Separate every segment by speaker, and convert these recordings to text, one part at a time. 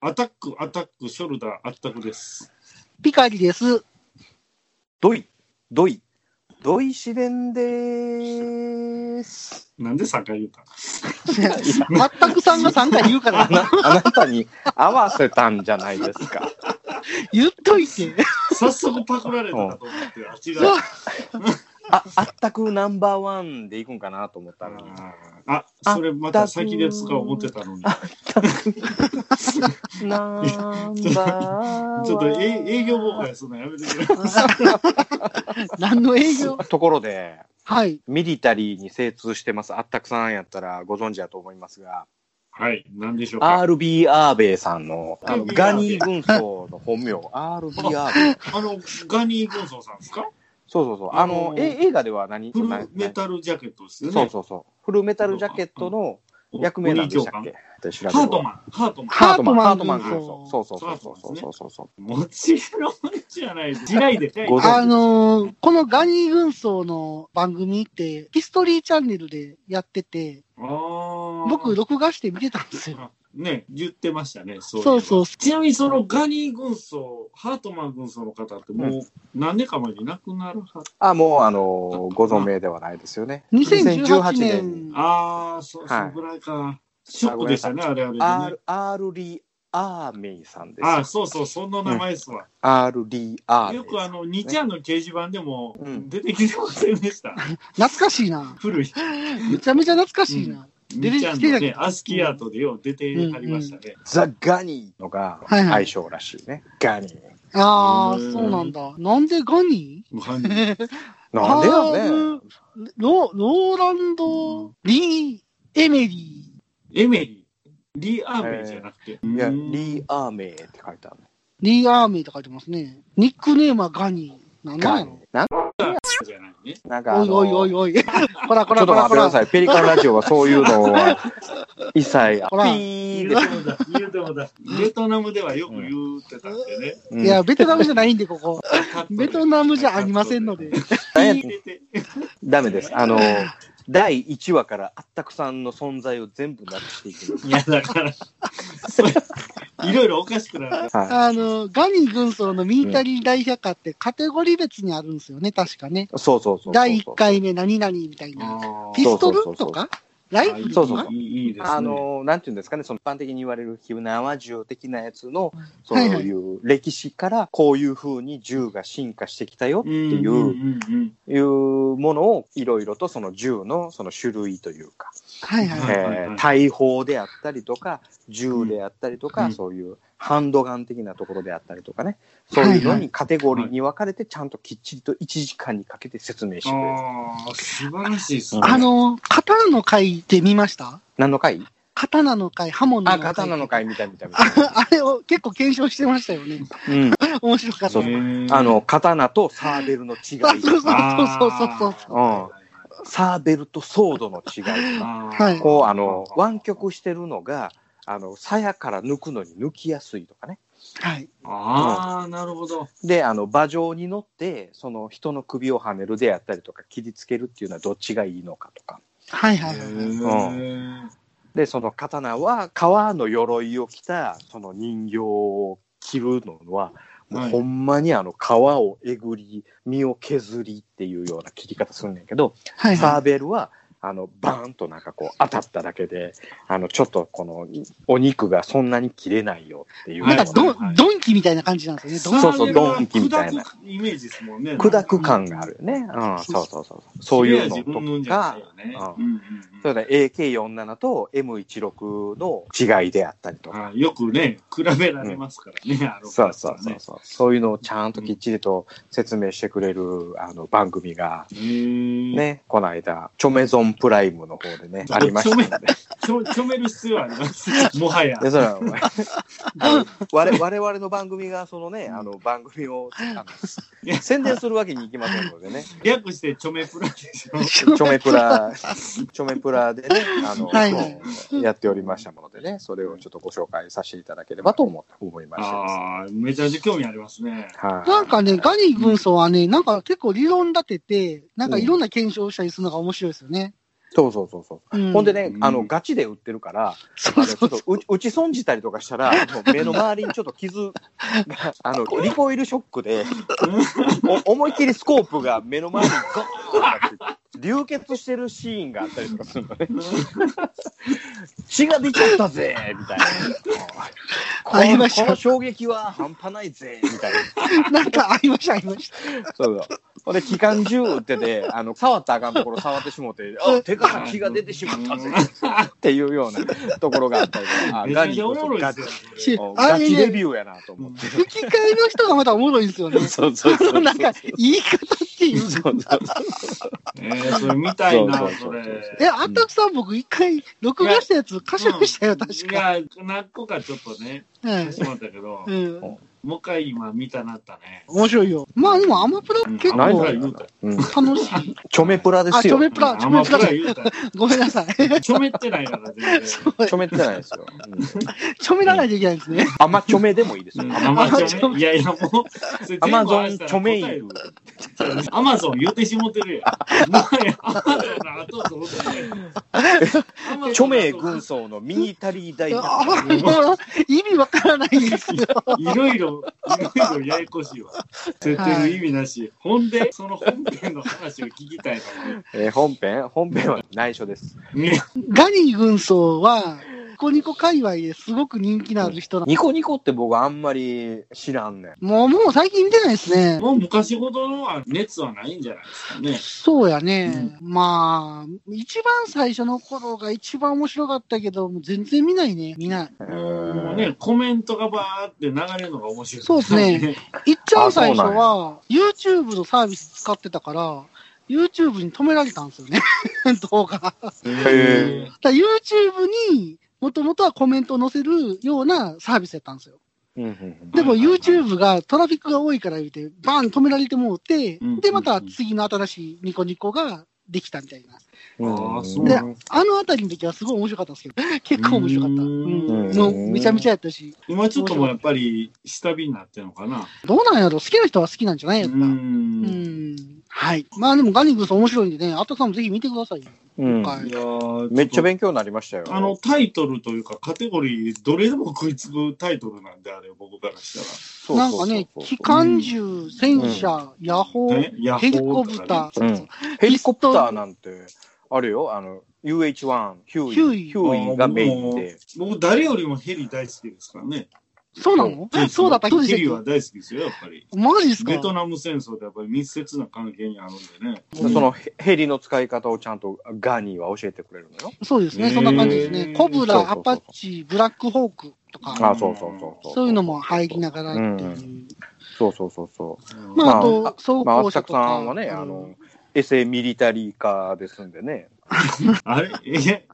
Speaker 1: アタック、アタック、ショルダー、アッタクです。
Speaker 2: ピカリです。
Speaker 3: ドイ、ドイ、ドイシデンでーす。
Speaker 1: なんで坂井言うた
Speaker 2: まったくさんが3回言うから、
Speaker 3: あなあなたに合わせたんじゃないですか。
Speaker 2: 言っといて。
Speaker 1: 早速パクられたなと思って、あ、違
Speaker 2: そう
Speaker 1: う。
Speaker 3: あ、あったくナンバーワンでいくんかなと思ったら。
Speaker 1: あ、それまた先で使おう思ってたのに。
Speaker 3: ナンバーワン。
Speaker 1: ちょっとえ営業妨害するのやめてくれ。
Speaker 2: 何の営業
Speaker 3: ところで、
Speaker 2: はい。
Speaker 3: ミリタリーに精通してます、あったくさんやったらご存知だと思いますが、
Speaker 1: はい、なんでしょうか。
Speaker 3: RB アーベイさんのあの
Speaker 1: RB
Speaker 3: ガニー軍曹の本名、RB アーベイ。
Speaker 1: あの、ガニー・ゴンソーさんですか
Speaker 3: そうそうそう、
Speaker 1: あ
Speaker 3: あ
Speaker 1: の
Speaker 3: の、え映画では何
Speaker 1: フル
Speaker 3: な
Speaker 1: メタルジャケットですよね。
Speaker 3: そうそうそう。フルメタルジャケットの
Speaker 1: お
Speaker 3: 役名なんでしたっ
Speaker 1: お兄
Speaker 3: け
Speaker 1: 教
Speaker 3: って調べ
Speaker 1: 官
Speaker 3: る
Speaker 1: ハ
Speaker 3: わ
Speaker 1: ートマン、ハートマ
Speaker 3: ハートマン、
Speaker 2: ハートマン軍
Speaker 3: ハートマン軍
Speaker 2: 曹
Speaker 3: 曹。そうそうそうそうそうそうそう。
Speaker 1: ン。もちろんじゃない。しないでね。
Speaker 3: ご存知
Speaker 2: あのーこのガニ軍曹の番組って、ヒストリーチャンネルでやってて、
Speaker 1: あー
Speaker 2: 僕、録画して見てたんですよ。
Speaker 1: ね、言ってましたね。そいえば
Speaker 2: そうそう。
Speaker 1: ちなみにそのガニー軍曹、ハートマン軍曹の方ってもう何年か前に亡くなるはず。
Speaker 3: あ、もう、あのー、ご存命ではないですよね。
Speaker 2: 2018
Speaker 3: 2018
Speaker 2: 年。
Speaker 1: ああ、そ、
Speaker 3: い
Speaker 1: そぐらいか。ショックでしたね、あれあれでね。
Speaker 3: R、R リアーメイさんです。
Speaker 1: ああ、そうそう、その名前ですわ。
Speaker 3: R リアーメイ
Speaker 1: よ
Speaker 3: さん。
Speaker 1: くあの、2ちゃんの掲示板でも
Speaker 3: うん
Speaker 1: 出てきてませんでした。
Speaker 2: 懐かしいな。
Speaker 1: 古い。
Speaker 2: めちゃめちゃ懐かしいな。出て
Speaker 1: 2ち
Speaker 2: きてた
Speaker 1: ゃんのね、アスキーアートでよう出てありましたね。
Speaker 3: ザ・ガニーのが
Speaker 2: はいはい
Speaker 3: 相性らしいね。ガニー。
Speaker 2: ああ、
Speaker 1: うん
Speaker 2: そうなんだ。なんでガニ
Speaker 1: ガニー
Speaker 2: ー
Speaker 3: なんでやろうね。
Speaker 2: ハーブロローラン
Speaker 1: う
Speaker 2: ド
Speaker 1: ん・
Speaker 2: リー・エメリー。
Speaker 1: エメリー、リー・アーメイじゃなくて。
Speaker 3: いや、
Speaker 1: うん
Speaker 3: リアーメイって書いてあるね。
Speaker 2: リー・アーメイって書いてますね。ニックネームはガニー。なんなん
Speaker 3: ガ
Speaker 2: や
Speaker 3: ニ
Speaker 2: ろ
Speaker 3: ー。なん
Speaker 1: じゃないね。
Speaker 3: なんかあ
Speaker 2: お
Speaker 3: の
Speaker 2: い
Speaker 3: ー、
Speaker 2: おいおいおい。 こらこ
Speaker 3: ちょ
Speaker 2: ら
Speaker 3: っと
Speaker 2: こ
Speaker 3: 待
Speaker 2: ら
Speaker 3: って
Speaker 2: こ
Speaker 3: くだ
Speaker 2: ら。
Speaker 3: さい。ペリカンラジオはそういうのは一切、ピ
Speaker 2: ほら
Speaker 1: 言
Speaker 3: ーで
Speaker 1: うてもだ、言うてもだ。ベトナムではよく言ってたんでね。
Speaker 3: うん
Speaker 2: いや、ベトナムじゃないんで、ここ。ベトナムじゃありません ので。
Speaker 3: 何や
Speaker 1: 入れて
Speaker 3: ダメです。あの、第1話からあったくさんの存在を全部なくしていきま
Speaker 1: いや、だから、それいろいろおかしくなる。
Speaker 3: す。は
Speaker 2: あの、ガニ軍曹のミリタリー大百科ってカテゴリー別にあるんですよね、確かね。
Speaker 3: い。そうそうそうそう。
Speaker 2: 第1回目何々みたいな。ピストルとかライフル
Speaker 3: そ
Speaker 2: と
Speaker 3: うそ
Speaker 2: か
Speaker 3: うそ
Speaker 1: いいいいですね。
Speaker 3: あの、なんていうんですかね、その一般的に言われる火縄銃的なやつの、そう
Speaker 2: はいはい
Speaker 3: いう歴史からこういう風に銃が進化してきたよって
Speaker 1: うん
Speaker 3: いう、
Speaker 1: うんうんうん
Speaker 3: いうものをいろいろとその銃のその種類というか、
Speaker 2: はいはい。
Speaker 1: はいはいはい
Speaker 3: えー大砲であったりとか銃であったりとか、
Speaker 1: うん
Speaker 3: そういうハンドガン的なところであったりとかね、そういうのにカテゴリーに分かれてちゃんときっちりと1時間にかけて説明してくれる、
Speaker 1: ああ、素晴らしいですね。
Speaker 2: あの、刀の回って見ました
Speaker 3: 何の回
Speaker 2: 刀の回、刃物の
Speaker 3: あ
Speaker 2: 回。
Speaker 3: 刀の回みたいみたいみたい
Speaker 2: ああれを結構検証してましたよね。
Speaker 3: うん、
Speaker 2: 面白かった。
Speaker 3: そう
Speaker 2: そ
Speaker 3: そうう
Speaker 1: へー
Speaker 3: あ、の刀とサーベルの違い
Speaker 2: そうそうそうそうそう。
Speaker 1: あ
Speaker 3: サーベルとソードの違い
Speaker 1: ー
Speaker 3: とか
Speaker 2: はい
Speaker 3: こうあの湾曲してるのがあの鞘から抜くのに抜きやすいとかね
Speaker 2: はい。
Speaker 1: ああ、なるほど。
Speaker 3: であの馬上に乗ってその人の首をはねるであったりとか切りつけるっていうのはどっちがいいのかとか
Speaker 2: はいはいはいはい。
Speaker 1: へー
Speaker 3: でその刀は革の鎧を着たその人形を着るのはも
Speaker 1: は
Speaker 3: う
Speaker 1: い
Speaker 3: ほんまにあの革をえぐり身を削りっていうような切り方するんやけど、
Speaker 2: はい
Speaker 3: サ
Speaker 2: は
Speaker 3: ーベルはあのバーンとなんかこう当たっただけであのちょっとこのお肉がそんなに切れないよっていう
Speaker 2: い。なんか
Speaker 3: よう
Speaker 2: ド
Speaker 1: は
Speaker 2: ン、
Speaker 1: い
Speaker 2: ドンキみたいな感じなんですよね。ドン
Speaker 3: そうそうドンキみたいな
Speaker 1: 砕くイメージですもんね。
Speaker 3: 砕く感があるよね。うん、そうそうそう。そういうのとか、うんそうだね、AK47 と M16 の違いであったりとか、
Speaker 1: あよくね、比べられますからね、あの
Speaker 3: そうそうそうそう、そういうのをちゃんときっちりと説明してくれるあの番組が、
Speaker 1: へー
Speaker 3: ね、この間、チョメゾンプライムの方でね、ありましたので。
Speaker 1: ちょ、ちょめる必要あります。もは や。
Speaker 3: でそれは あの我我々の番組がそのね、あの番組をあの宣伝するわけにいきませんのでね、
Speaker 1: 略してちょめプラでしょ。
Speaker 3: チョメ プラ、チョメプラでね、あの、
Speaker 2: はいはい
Speaker 3: やっておりましたものでね、それをちょっとご紹介させていただければと思思いましたです。
Speaker 1: ああ、めちゃめちゃ興味ありますね。
Speaker 3: はい
Speaker 2: なんかね、ガニ軍曹はね、なんか結構理論立てて、なんかいろんな検証をしたりするのが面白いですよね。
Speaker 3: そうそうそうそう、うん、ほんでね、あの、ガチで売ってるから、
Speaker 2: そう
Speaker 3: ちょっと打ち損じたりとかした ら、もう目の周りにちょっと傷が、あの、リコイルショッ クで、思いっきりスコープが目の前にゴーンって、流血してるシーンがあったりとかする のね。血が出ちゃったぜみたいな。このこの衝撃は半端ないぜみたい。
Speaker 2: な。なんかありました、ありました
Speaker 3: そうそう。ほんで、機関銃撃ってて、あの、触ったらあかんところ触ってしもうて、あ、手から血が出てしまったぜ、っていうようなところがあったりとか、あ、ガニーガチ、ガチレビューやなと思って。
Speaker 2: 吹き替えの人がまたおもろいんですよね。
Speaker 3: そうそうそう。
Speaker 2: なんか、言い方っていう。そうそうそう。
Speaker 1: え、それ見たいな、それ。
Speaker 2: え、あたくさん僕一回、録画したやつ、歌手でしたよ、確
Speaker 1: か。いや、何個かちょっと ね、してもらったけど。うんもう一回今見たなったね。
Speaker 2: 面白いよ。まあでもアマプラ結構楽しい。
Speaker 3: チョメプラですよ。
Speaker 2: チョメプラ、チョメプラ。ごめんなさい。
Speaker 1: チョメってないから、全
Speaker 3: 然。チョメってないですよ。
Speaker 2: チョメらないといけないですね。
Speaker 3: アマチョメでもいいですよ。
Speaker 1: アマチョメ。いやいや、もう。
Speaker 3: アマゾンチョメイル。
Speaker 1: アマゾン言うてしもてるやん。もうや、アマゾンの後と思
Speaker 3: ってチョメ軍曹のミニタリー大
Speaker 2: 意味わからないですよ。
Speaker 1: いろいろ。いろいろややこしいわ。設定の意味なし。はい、ほんで、その本編の話を聞きたいの。
Speaker 3: えー、本編本編は内緒です。
Speaker 2: ガニ軍曹は、ニコニコ界隈ですごく人気のある人な、
Speaker 3: うん、ニコニコって僕あんまり知らんね
Speaker 2: ん。もう、もう最近見てないですね。
Speaker 1: もう昔ほどの熱はないんじゃないですかね。
Speaker 2: そうやね。うん、まあ、一番最初の頃が一番面白かったけど、全然見ないね。見ない。
Speaker 1: もうね、コメントがばーって流れるのが面白い、
Speaker 2: そうですね。いっちゃん最初は、YouTube のサービス使ってたから、YouTube に止められたんですよね。 動画。
Speaker 3: へ
Speaker 2: だ YouTube にもともとはコメントを載せるようなサービスやったんですよ。でも YouTube がトラフィックが多いから言うて、バーン止められてもうて、で、また次の新しいニコニコができたみたいな。で、あのあたりの時はすごい面白かったんですけど、 結構面白かった。うん。もうめちゃめちゃやったし。
Speaker 1: 今ちょっともやっぱり下火になってるのかな。
Speaker 2: どうなんやろ好きな人は好きなんじゃないやっぱ。うん。はい。まあでもガニグス面白いんでね、あたさんもぜひ見てください。
Speaker 3: うん、いやめっちゃ勉強になりましたよ。
Speaker 1: あの、タイトルというか、カテゴリー、どれでも食いつくタイトルなんで、あれ、僕からした
Speaker 2: ら。なんかね、機関銃、戦車、ヤホー、ヘリコプター、
Speaker 3: ヘリコプターなんて、あるよ、あの、UH1、ヒューイ、ヒューイがメインで。
Speaker 1: 僕、誰よりもヘリ大好きですからね。
Speaker 2: そうなのそうだった
Speaker 1: ヘリは大好きですよ、やっぱり。
Speaker 2: マジですか
Speaker 1: ベトナム戦争でやっぱり密接な関係にあるんでね。
Speaker 3: そのヘリの使い方をちゃんとガーニーは教えてくれるのよ。
Speaker 2: そうですね、そんな感じですね。コブラ、アパッチ、ブラックホークとか。。
Speaker 3: あ、そうそうそう
Speaker 2: そういうのも入りながらっていう。。
Speaker 3: そうそうそうそう
Speaker 2: まあ、あと、走
Speaker 3: 行車とか。まあ、さんはね、あの、エセミリタリー化ですんでね。
Speaker 1: あれえ、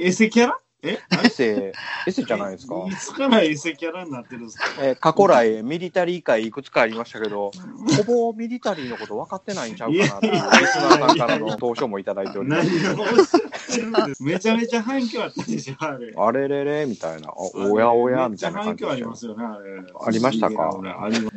Speaker 1: エセキャラ
Speaker 3: えエセ、エセじゃないですか。
Speaker 1: いつからエセキャラになってるんですか
Speaker 3: え、過去来、ミリタリー界いくつかありましたけど、ほぼミリタリーのこと分かってないんちゃうかなっていう、リスナーさんからの投書もいただいております。
Speaker 1: めちゃめちゃ反響あったでしょ、あれ。
Speaker 3: あれれれみたいな、おやおやみたいな
Speaker 1: 反響ありますよね、あれ。
Speaker 3: ありましたか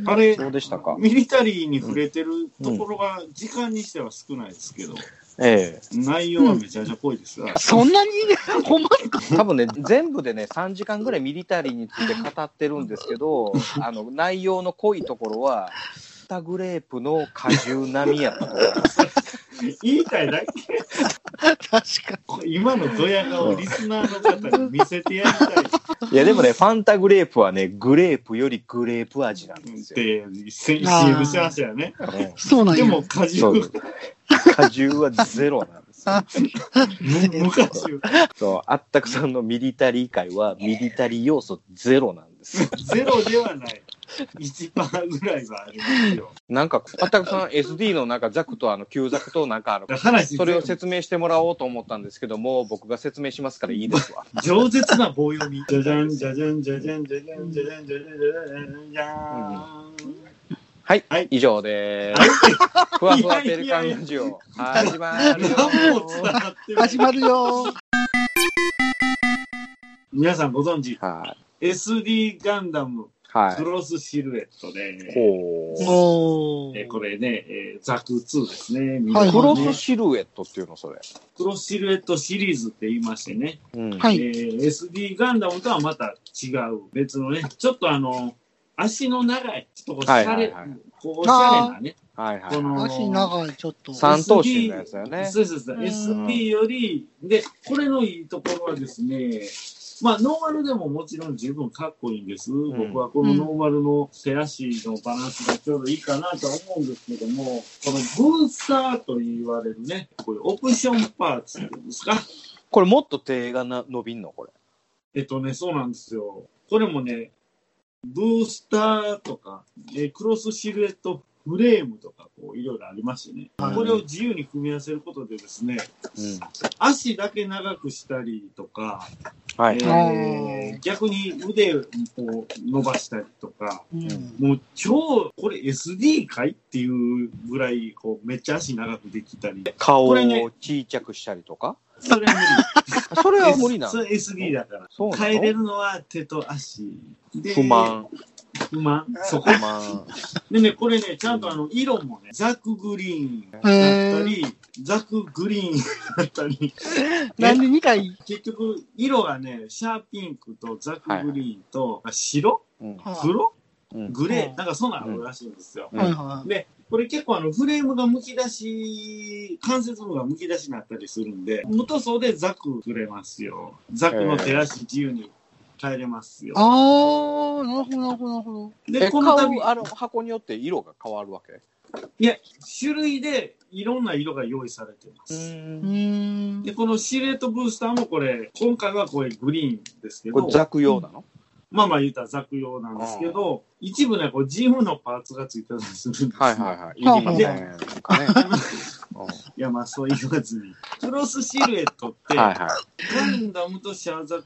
Speaker 1: あれ、
Speaker 3: そうでしたか。
Speaker 1: ミリタリーに触れてるところが、時間にしては少ないですけど。
Speaker 3: え
Speaker 1: え、内容はめちゃめちゃ濃いです、うん、
Speaker 2: そんなに ほんまですか
Speaker 3: 多分ね、全部でね、3時間ぐらいミリタリーについて語ってるんですけ ど、あの、内容の濃いところは、スタグレープの果汁並みやったと
Speaker 1: 言いたいだけ。
Speaker 2: 確か
Speaker 1: に。今のドヤ顔、リスナーの方に見せてやりたい。
Speaker 3: いや、でもね、ファンタグレープはね、グレープよりグレープ味なんですよ。
Speaker 1: で、CM してましたよね。
Speaker 2: そうなん
Speaker 1: でも果汁。
Speaker 3: 果汁はゼロなんです
Speaker 1: よ。無果汁。
Speaker 3: そう、あったくさんのミリタリー界は、ミリタリー要素ゼロなんです。
Speaker 1: ゼロではない。1%ぐらいはありますよ。
Speaker 3: なんか、あたくさん SD のなんかザクとあの旧ザクとなん かある。
Speaker 1: 話
Speaker 3: それを説明してもらおうと思ったんですけど も、僕が説明しますからいいですわ。
Speaker 1: 饒舌な棒読み。じゃじゃんじゃじゃんじゃじゃんじゃじゃんじゃじゃんじゃじゃんじゃじゃん。
Speaker 3: はい、はい、以上です。 ふわふわペルカンラジオ、始まるよ。
Speaker 2: 始まる よ。
Speaker 1: 皆さんご存知、SD ガンダム
Speaker 3: は
Speaker 1: クロスシルエットで
Speaker 3: い。、ほう。
Speaker 2: お
Speaker 1: え
Speaker 2: ー
Speaker 1: ーこれね、えーザク2ですね。
Speaker 2: はい
Speaker 1: ク
Speaker 3: クロ
Speaker 1: ロス
Speaker 3: スシルエットっていうの、それ。
Speaker 1: クロスシルエットシリーズって言いましてね、
Speaker 3: うん
Speaker 2: は
Speaker 1: え
Speaker 2: い。
Speaker 1: ー SD ガンダムとはまた違う、別のね、ちょっとあの、足の長い、ちょっとこう、シ
Speaker 3: はい
Speaker 1: ャ
Speaker 3: はい
Speaker 1: レ
Speaker 3: はい、
Speaker 1: こう、おしゃれなね、
Speaker 3: はいは
Speaker 1: こ
Speaker 3: い。
Speaker 1: の、
Speaker 2: 足長い、ちょっと。
Speaker 3: 三等身のやつだよね。
Speaker 1: そうそうそう、
Speaker 2: うん
Speaker 1: SP より、で、これのいいところはですね、まあ、ノーマルでももちろん十分かっこいいんです。
Speaker 3: ん
Speaker 1: 僕はこのノーマルの手足のバランスがちょうどいいかなとは思うんですけども、このブースターと言われるね、こういうオプションパーツっていうんですか。
Speaker 3: これもっと手がな伸びんのこれ。
Speaker 1: えっとね、そうなんですよ。これもね、ブースターとか、えークロスシルエットフレームとか、こう、いろいろありましてね、
Speaker 2: はい
Speaker 1: これを自由に組み合わせることでですね、
Speaker 3: うん。
Speaker 1: 足だけ長くしたりとか、
Speaker 3: は
Speaker 1: え
Speaker 3: い。
Speaker 1: ー逆に腕を伸ばしたりとか、
Speaker 2: うん。
Speaker 1: もう超これ SD かいっていうぐらいこうめっちゃ足長くできたり、
Speaker 3: 顔を
Speaker 1: これね
Speaker 3: 小さくしたりとか。
Speaker 1: それは無理。
Speaker 3: それは無理な
Speaker 1: そ
Speaker 3: の。
Speaker 1: れ SD だから。
Speaker 3: そうな
Speaker 1: 変えれ
Speaker 3: の
Speaker 1: るのは手と足。で
Speaker 3: 不。満。
Speaker 1: 不満。そこ
Speaker 3: 不。満。
Speaker 1: でね、これね、ちゃんとあの色もね、ザクグリーンだっ
Speaker 2: へ
Speaker 1: た
Speaker 2: ー
Speaker 1: り、ザクグリーンだったり、
Speaker 2: なんで2回
Speaker 1: 結局色がねシャーピンクとザクグリーンと、白
Speaker 3: うん
Speaker 1: 黒
Speaker 3: うん
Speaker 1: グレー、
Speaker 2: うん
Speaker 1: なんかそんなのあるらしいんですよ、
Speaker 3: う
Speaker 2: はい
Speaker 3: ん
Speaker 2: はい。
Speaker 1: でこれ結構あのフレームがむき出し関節部がむき出しになったりするんで無塗装でザクくれますよザクの手足自由に変えれますよ、
Speaker 2: あー、なるほど、なるほど、なるほど。
Speaker 1: で
Speaker 3: え、
Speaker 1: この度
Speaker 3: 顔あの箱によって色が変わるわけ。
Speaker 1: いや種類でいろんな色が用意されてます、
Speaker 2: うーん
Speaker 1: で。このシルエットブースターもこれ今回はこれグリーンですけど
Speaker 3: これザク用なの？
Speaker 1: まあまあ言うたらザク用なんですけど、一部ね、こうジムのパーツがついてたりするんですよ
Speaker 3: はいはいはい。いりません。なんかね。うん
Speaker 1: いやまあそう言わずに。クロスシルエットって、
Speaker 3: はいは
Speaker 1: ガンダムとシャーザク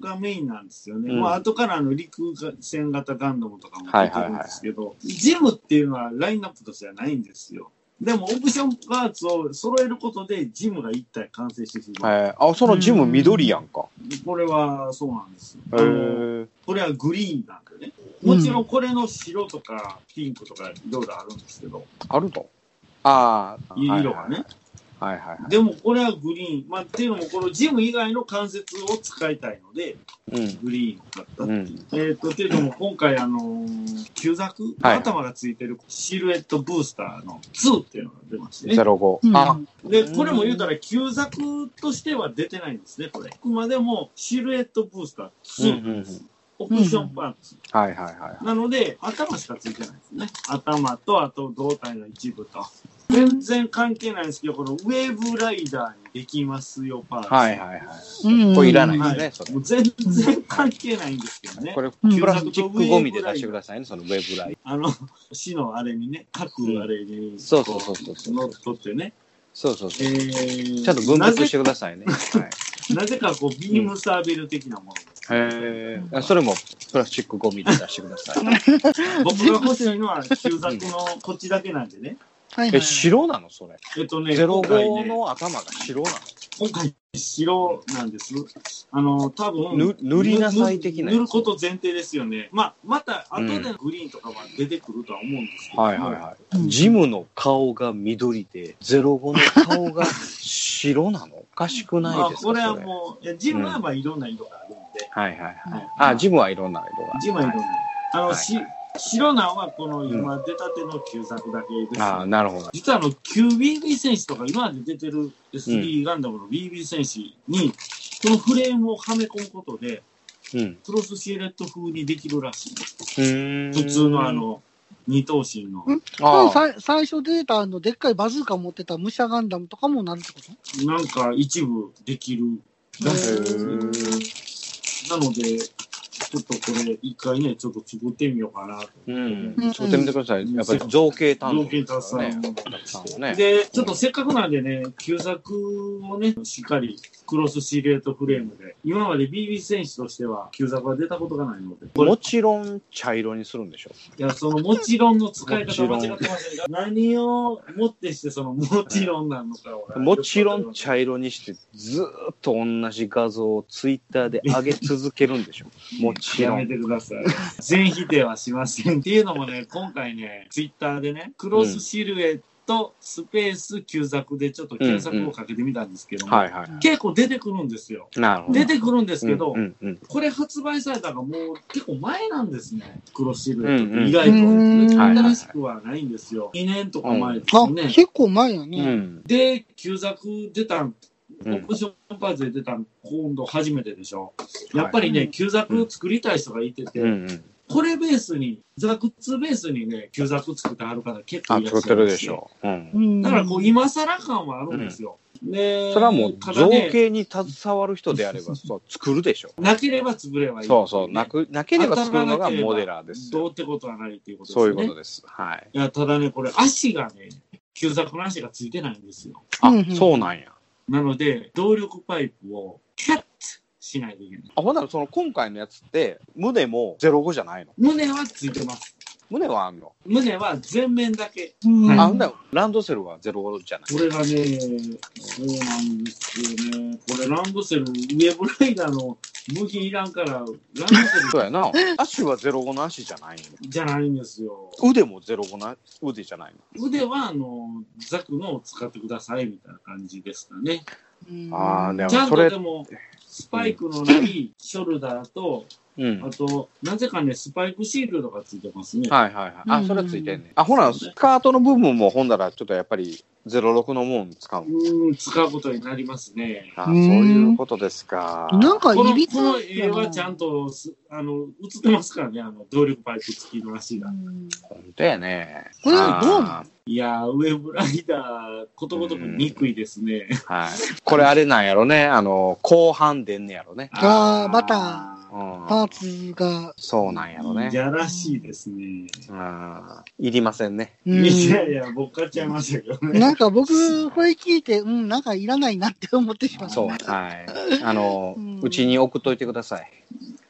Speaker 1: がメインなんですよね。
Speaker 3: うん
Speaker 1: まあ後からあの陸戦型ガンダムとかも出てるんですけど、ジムっていうのはラインナップとしてはないんですよ。でもオプションパーツを揃えることでジムが一体完成してし
Speaker 3: い。
Speaker 1: まう。
Speaker 3: はい。あ、そのジム緑やんか。
Speaker 1: これはそうなんですよ。
Speaker 3: へえ。
Speaker 1: これはグリーンなんでね。もちろんこれの白とかピンクとかいろいろあるんですけど、
Speaker 3: あるの？ああ。
Speaker 1: いい色がね。
Speaker 3: はいはいはい。
Speaker 1: でもこれはグリーン。まあ、っていうのも、このジム以外の関節を使いたいので、
Speaker 3: うん。
Speaker 1: グリーンを買った。
Speaker 3: うん。
Speaker 1: えっ、と、っていうのも、今回、あのー、旧ザク、
Speaker 3: はい
Speaker 1: 頭がついてるシルエットブースターの2っていうのが出まして
Speaker 3: ゼ
Speaker 1: ね。
Speaker 3: ロ五
Speaker 2: う。ん
Speaker 3: あ、
Speaker 1: で、これも言うたら、旧ザクとしては出てないんですね、これ。あくまでも、シルエットブースター2、
Speaker 3: うんうんうん
Speaker 1: オプションパンツ。
Speaker 3: はいはいはい。
Speaker 1: なので、頭しかついてないですね。頭と、あと胴体の一部と。全然関係ないんですけど、このウェーブライダーにできますよ、パーツ。
Speaker 3: はいはいはい。
Speaker 2: うん
Speaker 3: これいらない
Speaker 1: は
Speaker 3: ですね、そ
Speaker 1: もう全然関係ないんですけどね
Speaker 3: れ。こ。れ、
Speaker 2: うん
Speaker 3: プラスチックゴミで出してくださいね、そのウェブライン。
Speaker 1: あの、市のあれにね、各あれに、
Speaker 3: そうそうそうそうそう
Speaker 1: 乗っ取ってね。
Speaker 3: そうそう
Speaker 1: え
Speaker 3: そう。
Speaker 1: ー、
Speaker 3: ちゃんと分別してくださいね。はい
Speaker 1: なぜなぜかこう、ビームサーベル的なも
Speaker 3: へーそれもプラスチックゴミで出してください。
Speaker 1: の。僕が欲しいのは、旧作のこっちだけなんで ね。
Speaker 2: はいは
Speaker 3: え、
Speaker 2: い。
Speaker 3: 白なのそれ。
Speaker 1: えっとね、
Speaker 3: ゼロ
Speaker 1: 今回
Speaker 3: 五
Speaker 1: ね、
Speaker 3: の頭が白な
Speaker 1: 今回、白なんです。あの、多分
Speaker 3: ぬ塗りなさい的なやつ
Speaker 1: 塗ること前提ですよね。まあ、また、後でのグリーンとかは出てくるとは思うんですけど
Speaker 3: の。
Speaker 1: も、
Speaker 3: はいはいはい。
Speaker 2: うん
Speaker 3: ジムの顔が緑で、ゼロ五の顔が白なのおかしくない
Speaker 1: まあ、
Speaker 3: ですか
Speaker 1: これは
Speaker 3: それ
Speaker 1: もう、いやジムはまあ、いろんな色があるんで、
Speaker 3: はいはいはい。
Speaker 1: はい
Speaker 3: あ、ジムはいろんな色が。
Speaker 1: ジムはいろんな。あの、
Speaker 3: はい
Speaker 1: し、白菜はこの今出たての旧作だけです、
Speaker 3: あーなるほど。
Speaker 1: 実はあの、旧 BB 戦士とか今まで出てる SD ガンダムの BB 戦士に、このフレームをはめ込むことで、
Speaker 3: うん。
Speaker 1: クロスシーレット風にできるらしいんです。
Speaker 3: 普
Speaker 1: 普通のあ、の、二頭身の
Speaker 2: う、ん
Speaker 3: あー
Speaker 2: さ最初出たあの、でっかいバズーカ持ってた武者ガンダムとかもなるってこと
Speaker 1: なんか一部できるらしいんですね
Speaker 3: へ
Speaker 1: なので、ちょっとこれ一回ね、ちょっと作ってみようかなと。
Speaker 3: うん
Speaker 2: うん
Speaker 3: 作ってみてください。やっぱり造形担当ですか
Speaker 1: 造
Speaker 3: らね。
Speaker 1: 形
Speaker 3: お客さんはね。
Speaker 1: で、ちょっとせっかくなんでね、旧作をね、しっかりクロスシルエットフレームで、今まで BB 選手としては旧作は出たことがないので、これ、
Speaker 3: もちろん茶色にするんでしょ
Speaker 1: いや、そのもちろんの使い方間
Speaker 3: もち
Speaker 1: 違
Speaker 3: ろ
Speaker 1: っ
Speaker 3: ん
Speaker 1: てませんが、何をもってしてそのもちろんなのかは。
Speaker 3: もちろん 茶色にしてずーっと同じ画像をツイッターで上げ続けるんでしょもち
Speaker 1: や
Speaker 3: ろ
Speaker 1: め
Speaker 3: ん。
Speaker 1: てください。全否定はしません。っていうのもね、今回ね、ツイッターでね、クロスシルエット、スペース、旧ザクでちょっと検索をかけてみたんですけども、
Speaker 3: はいは
Speaker 1: 結構出てくるんですよ。
Speaker 3: い。なるほど。
Speaker 1: 出てくるんですけど、
Speaker 3: うんうん
Speaker 1: これ発売されたのがもう結構前なんですね、クロスシルエットって。
Speaker 3: うんうん
Speaker 1: 意外と、
Speaker 2: うん
Speaker 1: 別に新しくはないんですよ。2年とか前です
Speaker 2: あ、
Speaker 1: ね。
Speaker 2: 結構前や
Speaker 3: うん。う
Speaker 2: ね。
Speaker 3: ん
Speaker 1: で、旧作出たん、オ
Speaker 3: うん
Speaker 1: プションパーツで出たん、今度初めてでしょ。やっぱりね、旧作を作りたい人がいてて、
Speaker 3: うんうん。
Speaker 1: これベースに、ザクツベースにね、旧作作ってはる方結構
Speaker 3: あ
Speaker 1: い、らっ
Speaker 3: 作っ
Speaker 1: しゃ
Speaker 3: て
Speaker 1: るん
Speaker 3: る
Speaker 1: で
Speaker 3: ですし
Speaker 1: よ。
Speaker 3: ょ。うん。
Speaker 2: うん
Speaker 1: だからこう、今更感はあるんですよ。で、
Speaker 3: それはもう
Speaker 1: た
Speaker 3: 造
Speaker 1: だね、
Speaker 3: 形に携わる人であれば、そう、作るでしょ。
Speaker 1: なければ潰ればいい、
Speaker 3: そうそう。な
Speaker 1: な
Speaker 3: く、なければ作るのがモデラーです
Speaker 1: どう
Speaker 3: よ。
Speaker 1: ってことはないっていうことですね。
Speaker 3: そういうことです。はい。
Speaker 1: いや、ただね、これ足がね、旧作の足がついてないんですよ。
Speaker 3: あ
Speaker 2: うんうん、
Speaker 3: そうなんや。
Speaker 1: なので、動力パイプをキャッチしないといけない。
Speaker 3: あ、ほんならその今回のやつって、胸も05じゃないの
Speaker 1: 胸はついてます。
Speaker 3: 胸はあんの。
Speaker 1: 胸は全面だけ。
Speaker 2: うん
Speaker 3: あ、ほんならランドセルは05じゃない
Speaker 1: これがね、そうなんですよね。これランドセル、ウェブライダーの部品いらんから、ランドセ
Speaker 3: そうやな。足は05の足じゃないの。
Speaker 1: ルじゃないんですよ。
Speaker 3: 腕も05の腕じゃない
Speaker 1: 腕は、あの、ザクのを使ってくださいみたいな感じですかね。
Speaker 2: うん
Speaker 3: の。ああ、でも
Speaker 1: ちゃん
Speaker 3: そ
Speaker 1: と
Speaker 3: れ
Speaker 1: で、も、スパイクのないショルダーと、
Speaker 3: うん。
Speaker 1: あ
Speaker 3: はい
Speaker 1: と、なぜかね、スパイクシールドがついてますね。
Speaker 3: はいはい。あ、それはついてんね。あ、ほら、スカートの部分もほんだら、ちょっとやっぱり06のもん使うの。
Speaker 1: うーん、使うことになりますね。
Speaker 3: あ、
Speaker 2: う
Speaker 3: そうんいうことですか。
Speaker 2: なんか
Speaker 1: この
Speaker 2: いびつ
Speaker 1: この絵はちゃんとすあの映ってますからね、あの動力パイプ付きの足が。
Speaker 2: うん
Speaker 3: 本当やね。
Speaker 2: これはどうな
Speaker 3: あ
Speaker 1: いやー、ウェブライダー、ことごとく憎いですね。
Speaker 3: ーはい。これあれなんやろね。あの、後半出んねやろね。
Speaker 2: あーバタ
Speaker 3: う
Speaker 1: ー。
Speaker 3: ん。
Speaker 2: パーツが。
Speaker 3: そうなんやろね。
Speaker 1: やらしいですね。
Speaker 3: うん。いりませんね。
Speaker 2: うん
Speaker 1: いやいや、僕買っちゃいましたけどね。
Speaker 2: なんか僕、これ聞いて、うん、なんかいらないなって思ってしまった。
Speaker 3: そう。はい。あの
Speaker 2: うん、
Speaker 3: うちに送っといてください。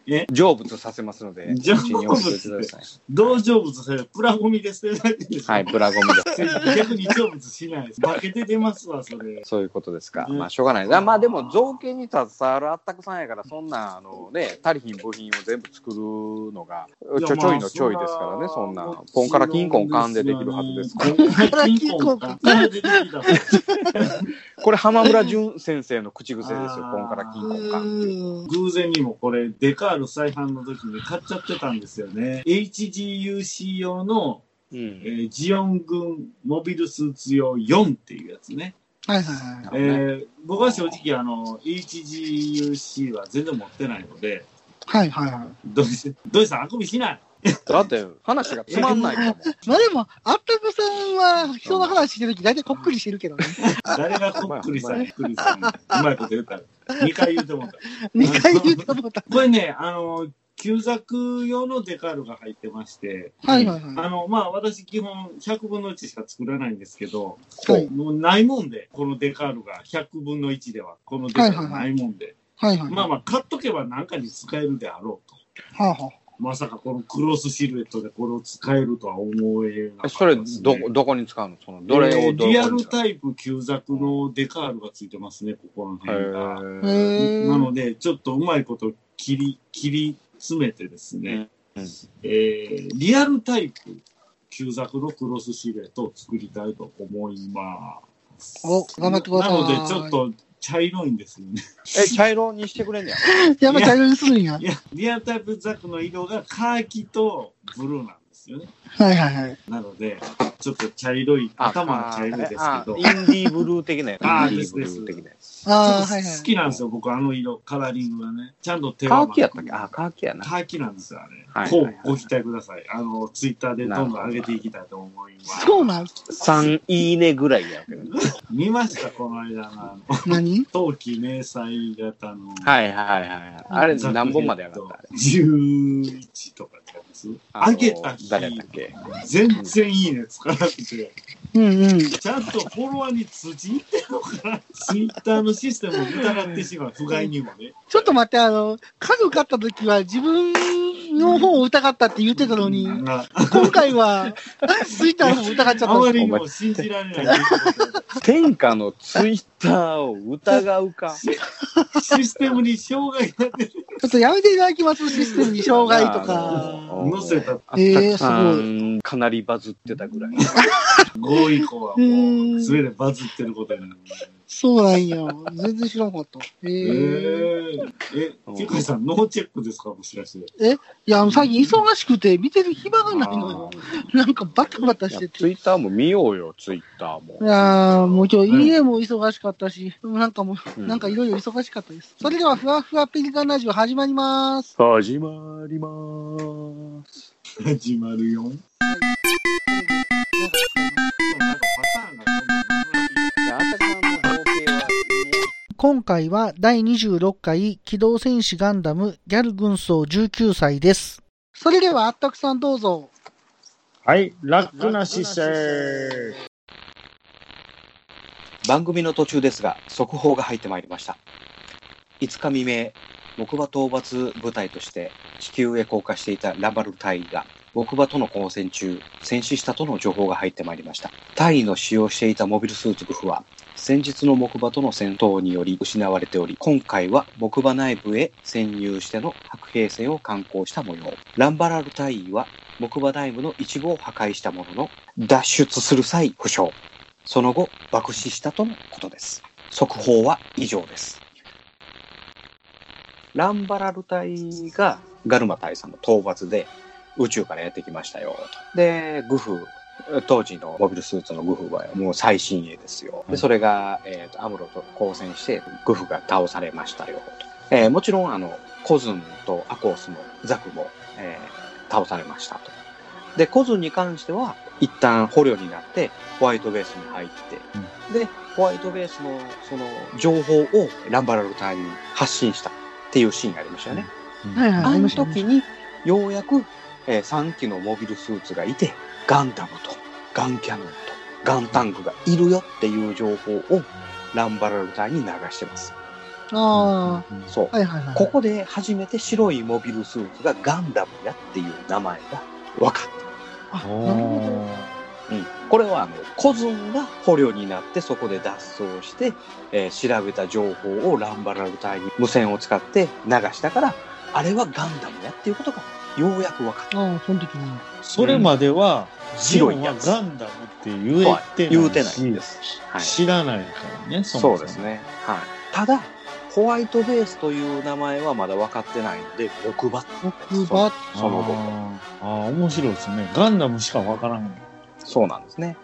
Speaker 1: え
Speaker 3: 成仏させますので、うち
Speaker 1: 成仏
Speaker 3: に送っといてください。
Speaker 1: 同成仏される、プラゴミで捨てられてるんですよ
Speaker 3: はい、プラゴミです。
Speaker 1: 逆に成仏しないです。化けて出ますわ、それ。
Speaker 3: そういうことですか。
Speaker 1: うん
Speaker 3: まあ、しょうがない。まあ、でも、造形に携わるあったくさんやから、そんな、あのね、足りひん部品を全部作るのが、
Speaker 1: や
Speaker 3: ちょちょいのちょいですからね、そんな、ポンからキンコンカンでできるはずですから。
Speaker 1: ポンからキンコンカンから出てきた。
Speaker 3: これ、浜村淳先生の口癖ですよ、
Speaker 1: あー
Speaker 3: ポンからキンコンカン。
Speaker 2: うん
Speaker 1: 偶然にもこれデカール再販の時に買っちゃってたんですよね HGUC 用の、
Speaker 3: う
Speaker 1: え
Speaker 3: ん。
Speaker 1: ージオン軍モビルスーツ用4っていうやつね、
Speaker 2: はいはいはい。
Speaker 1: えー僕は正直あの HGUC は全然持ってないので
Speaker 2: はいはいはい。
Speaker 1: 土井さん土井さんあくびしない
Speaker 3: だって、話がつまんないかも。
Speaker 2: まあでも、あったくさんは人の話してるとき大体こっくりしてるけどね。
Speaker 1: 誰がこっくりさ
Speaker 3: お
Speaker 1: ん
Speaker 3: 前
Speaker 1: びっくりさんうまいこと言ったら2回言うてもらった
Speaker 2: 二回言うてもうた。
Speaker 1: これねあの旧作用のデカールが入ってまして、
Speaker 2: はいはい
Speaker 1: あ
Speaker 2: は
Speaker 1: の、まあ、私基本100分の1しか作らないんですけど、
Speaker 2: い。はい
Speaker 1: もうないもんで、このデカールが100分の1では、このデカールないもんで、
Speaker 2: はいはい。
Speaker 1: まあまあ、買っとけば何かに使えるであろうと。
Speaker 2: はあはあ
Speaker 1: まさかこのクロスシルエットでこれを使えるとは思えなかった
Speaker 3: え
Speaker 1: です、
Speaker 3: それ、ど、どこに使うのその、どれ
Speaker 1: え
Speaker 3: を
Speaker 1: ー
Speaker 3: ど
Speaker 1: リ
Speaker 3: こ
Speaker 1: アル
Speaker 3: に使う
Speaker 1: タイプ旧作のデカールがついてますね、ここの辺が。
Speaker 3: のへー
Speaker 2: へ
Speaker 1: なの
Speaker 2: ー
Speaker 1: で、ちょっとうまいこと切り、切り詰めてですね、
Speaker 3: うんうん
Speaker 1: えーリアルタイプ旧作のクロスシルエットを作りたいと思います。
Speaker 2: お、頑張ってください。
Speaker 1: なので、ちょっ。と茶色いんですよね。
Speaker 3: え、茶色にしてく れんねやろ
Speaker 2: やっぱ茶色にするんや。はいい
Speaker 1: や、リアルタイプザクの色がカーキとブルーなんですよね。
Speaker 2: はいはい。
Speaker 1: なので、ちょっと茶色い、頭が茶色いですけど、
Speaker 3: あ
Speaker 1: ちょ
Speaker 3: インディーブルー的なやつ。
Speaker 1: あー
Speaker 3: インデ
Speaker 1: で
Speaker 3: ィ
Speaker 1: す
Speaker 3: ーブル
Speaker 1: です
Speaker 3: ー的なやつ。
Speaker 2: ああ、
Speaker 1: っと
Speaker 2: はいはい。
Speaker 1: 好きなんですよ、僕、あの色、カラーリングがね。ちゃんと手
Speaker 3: カ
Speaker 1: は
Speaker 3: ーキやったっけあー、カーキやな。
Speaker 1: カーキなんですよ、あれ。
Speaker 3: はい
Speaker 1: こ
Speaker 3: は
Speaker 1: う
Speaker 3: い、
Speaker 1: ご期待ください。あの、ツイッターでどんどん上げていきたいと思います。
Speaker 2: そうなん
Speaker 3: 3いいねぐらいやけど。
Speaker 1: 見ました、この間の、あの、
Speaker 2: 何
Speaker 1: 冬季迷彩型の。
Speaker 3: はいはいはいはい。あれ何本まで上がったあれ
Speaker 1: ?11 とかってやつ。
Speaker 3: あ
Speaker 1: 上
Speaker 3: の
Speaker 1: げた
Speaker 3: 誰やった
Speaker 1: 日
Speaker 3: っ、け
Speaker 1: 全然いいね、つかなくて。
Speaker 2: うんうん。
Speaker 1: ちゃんとフォロワーに通知いってるのかなツイッターのシステムを疑ってしまう、不甲斐にもね。
Speaker 2: ちょっと待って、あの、家具買った時は自分の方を疑ったって言ってたのに、
Speaker 1: な
Speaker 2: 今回は、ツイッターの方を疑っちゃった
Speaker 1: あます
Speaker 2: んでよ。
Speaker 1: りにも信じられない。
Speaker 3: 天下のツイッターを疑うか。
Speaker 1: システムに障害が出て
Speaker 2: ちょっとやめていただきます、システムに障害とか。
Speaker 3: あの
Speaker 1: 載せた
Speaker 2: えー
Speaker 3: たくさんかなりバズってたぐらい。
Speaker 1: 5以降は
Speaker 2: う
Speaker 1: も
Speaker 2: ー
Speaker 1: う、
Speaker 2: ん
Speaker 1: すべてバズってることやな。
Speaker 2: そうなんや。全然知らなかった。え
Speaker 1: え
Speaker 2: ー、
Speaker 1: ー、え、キクリさん、ノーチェックですかもしかして。
Speaker 2: いや、あの最近忙しくて見てる暇がないのよ。なんかバタバタしてて。
Speaker 3: ツイッターも見ようよ、ツイッターも
Speaker 2: い。やーもう今日家も忙しかったし、なんかもう、
Speaker 3: うん
Speaker 2: なんかいろいろ忙しかったです。それでは、ふわふわペリカンラジオ始まります。
Speaker 3: 始まります。
Speaker 1: 始まるよ。なんかパターンがどんどんなくなってきて
Speaker 2: 今回は第26回機動戦士ガンダムギャル軍曹19歳です。それでは、あったくさんどうぞ。
Speaker 4: はい、楽な姿勢。
Speaker 3: 番組の途中ですが、速報が入ってまいりました。5日未明、木馬討伐部隊として地球へ降下していたラバル隊員が、木馬との交戦中、戦死したとの情報が入ってまいりました。隊員の使用していたモビルスーツグフは、先日の木馬との戦闘により失われており、今回は木馬内部へ潜入しての白兵戦を敢行した模様。ランバラル隊員は木馬内部の一部を破壊したものの、脱出する際負傷。その後、爆死したとのことです。速報は以上です。ランバラル隊がガルマ大佐の討伐で宇宙からやってきましたよ。とで、グフ、当時のモビルスーツのグフはもう最新鋭ですよ。で、それが、えーとアムロと交戦してグフが倒されましたよ。とえーもちろん、あの、コズンとアコースもザクも、えー倒されましたと。で、コズンに関しては、一旦捕虜になって、ホワイトベースに入って、で、ホワイトベースの、その、情報をランバラル隊に発信したっていうシーンがありましたよね。
Speaker 2: はいはい、あ
Speaker 3: あ
Speaker 2: り
Speaker 3: の
Speaker 2: ましたね。
Speaker 3: 時に、ようやく、え3機のモビルスーツがいて、ガンダムと、ガンキャノンと、ガンタンクがいるよっていう情報を、ランバラル隊に流してます。
Speaker 2: あ
Speaker 3: そう
Speaker 2: あ、。はいはいはい。
Speaker 3: ここで初めて白いモビルスーツがガンダムやっていう名前が分かった。
Speaker 2: あ、なるほど。
Speaker 4: お
Speaker 3: うん、これはあのコズンが捕虜になってそこで脱走して、えー調べた情報をランバラル隊に無線を使って流したからあれはガンダムやっていうことがようやく分かっ
Speaker 2: ああ、その時に。
Speaker 4: それまでは、ジ
Speaker 3: 白
Speaker 4: オン
Speaker 3: いや
Speaker 4: は
Speaker 3: つ
Speaker 4: ガンダムって言えてないし、
Speaker 3: 言うてないんです、はい、
Speaker 4: 知らないからね、も
Speaker 3: そう
Speaker 4: も
Speaker 3: です。ね、はい、ただホワイトベースという名前はまだ分かってないので木馬
Speaker 2: 僕は、
Speaker 4: あー
Speaker 3: その後
Speaker 4: あー、面白いですね。ガンダムしかわからん。
Speaker 3: そうなんですね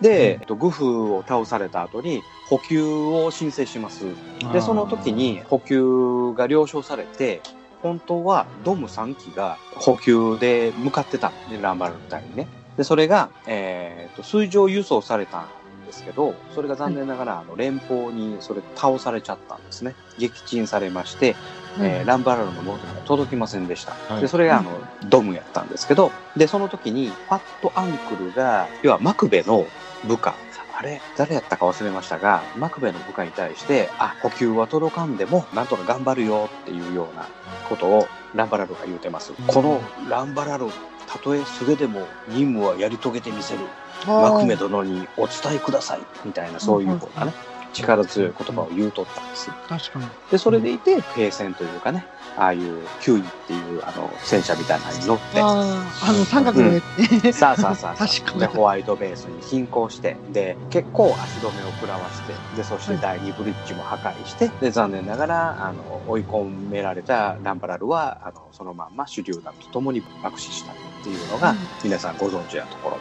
Speaker 3: で、えっとグフを倒された後に補給を申請しますでその時に補給が了承されて本当はドム3機が補給で向かってたんでランバルル隊にねでそれが、えーと水上輸送されたんですけどそれが残念ながら、あの連邦にそれ倒されちゃったんですね撃沈されまして、えーランバラルの元には届きませんでした、
Speaker 4: はい
Speaker 3: でそれがあの、ドムやったんですけどでその時にファットアンクルが要はマクベの部下あれ誰やったか忘れましたがマクベの部下に対してあ補給は届かんでもなんとか頑張るよっていうようなことをランバラルが言うてます、このランバラルたとえ素手でも任務はやり遂げてみせるマクメ
Speaker 2: ド。
Speaker 3: 殿にお伝えくださいみたいなそういうようなね力強い言葉を言うとったんです
Speaker 2: 確かに。
Speaker 3: で、それでいて、平戦というかね、ああいうキュウイっていうあの戦車みたいなのに乗っ
Speaker 2: ああ、あの三角 のやつね
Speaker 3: て、。さあさあさあさ
Speaker 2: 確か
Speaker 3: あ、
Speaker 2: に
Speaker 3: で、ホワイトベースに進行して、で、結構足止めを食らわして、で、そして第2ブリッジも破壊して、で、残念ながら、あの、追い込められたランバラルは、あの、そのまんま手榴弾とともに爆死したっていうのが、
Speaker 2: うん
Speaker 3: 皆さんご存知なところ。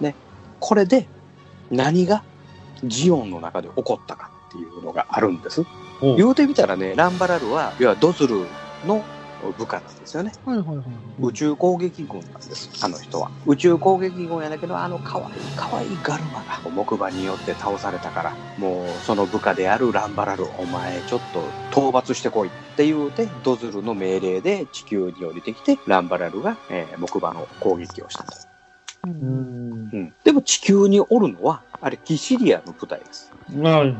Speaker 3: ね、これで何がジオンの中で起こったかっていうのがあるんです。
Speaker 4: お
Speaker 3: 言うてみたらね、ランバラルは、要はドズルの部下なんですよね。
Speaker 2: はいはいはい。
Speaker 3: 宇宙攻撃軍なんです、あの人は。宇宙攻撃軍やだけど、あの可愛い可愛いガルマが木馬によって倒されたから、もうその部下であるランバラル、お前ちょっと討伐してこいって言うて、ドズルの命令で地球に降りてきて、ランバラルが、えー木馬の攻撃をしたと。
Speaker 4: うん。
Speaker 3: うんでも地球におるのは、あれ、キシリアの部隊です。
Speaker 4: はいは
Speaker 2: ね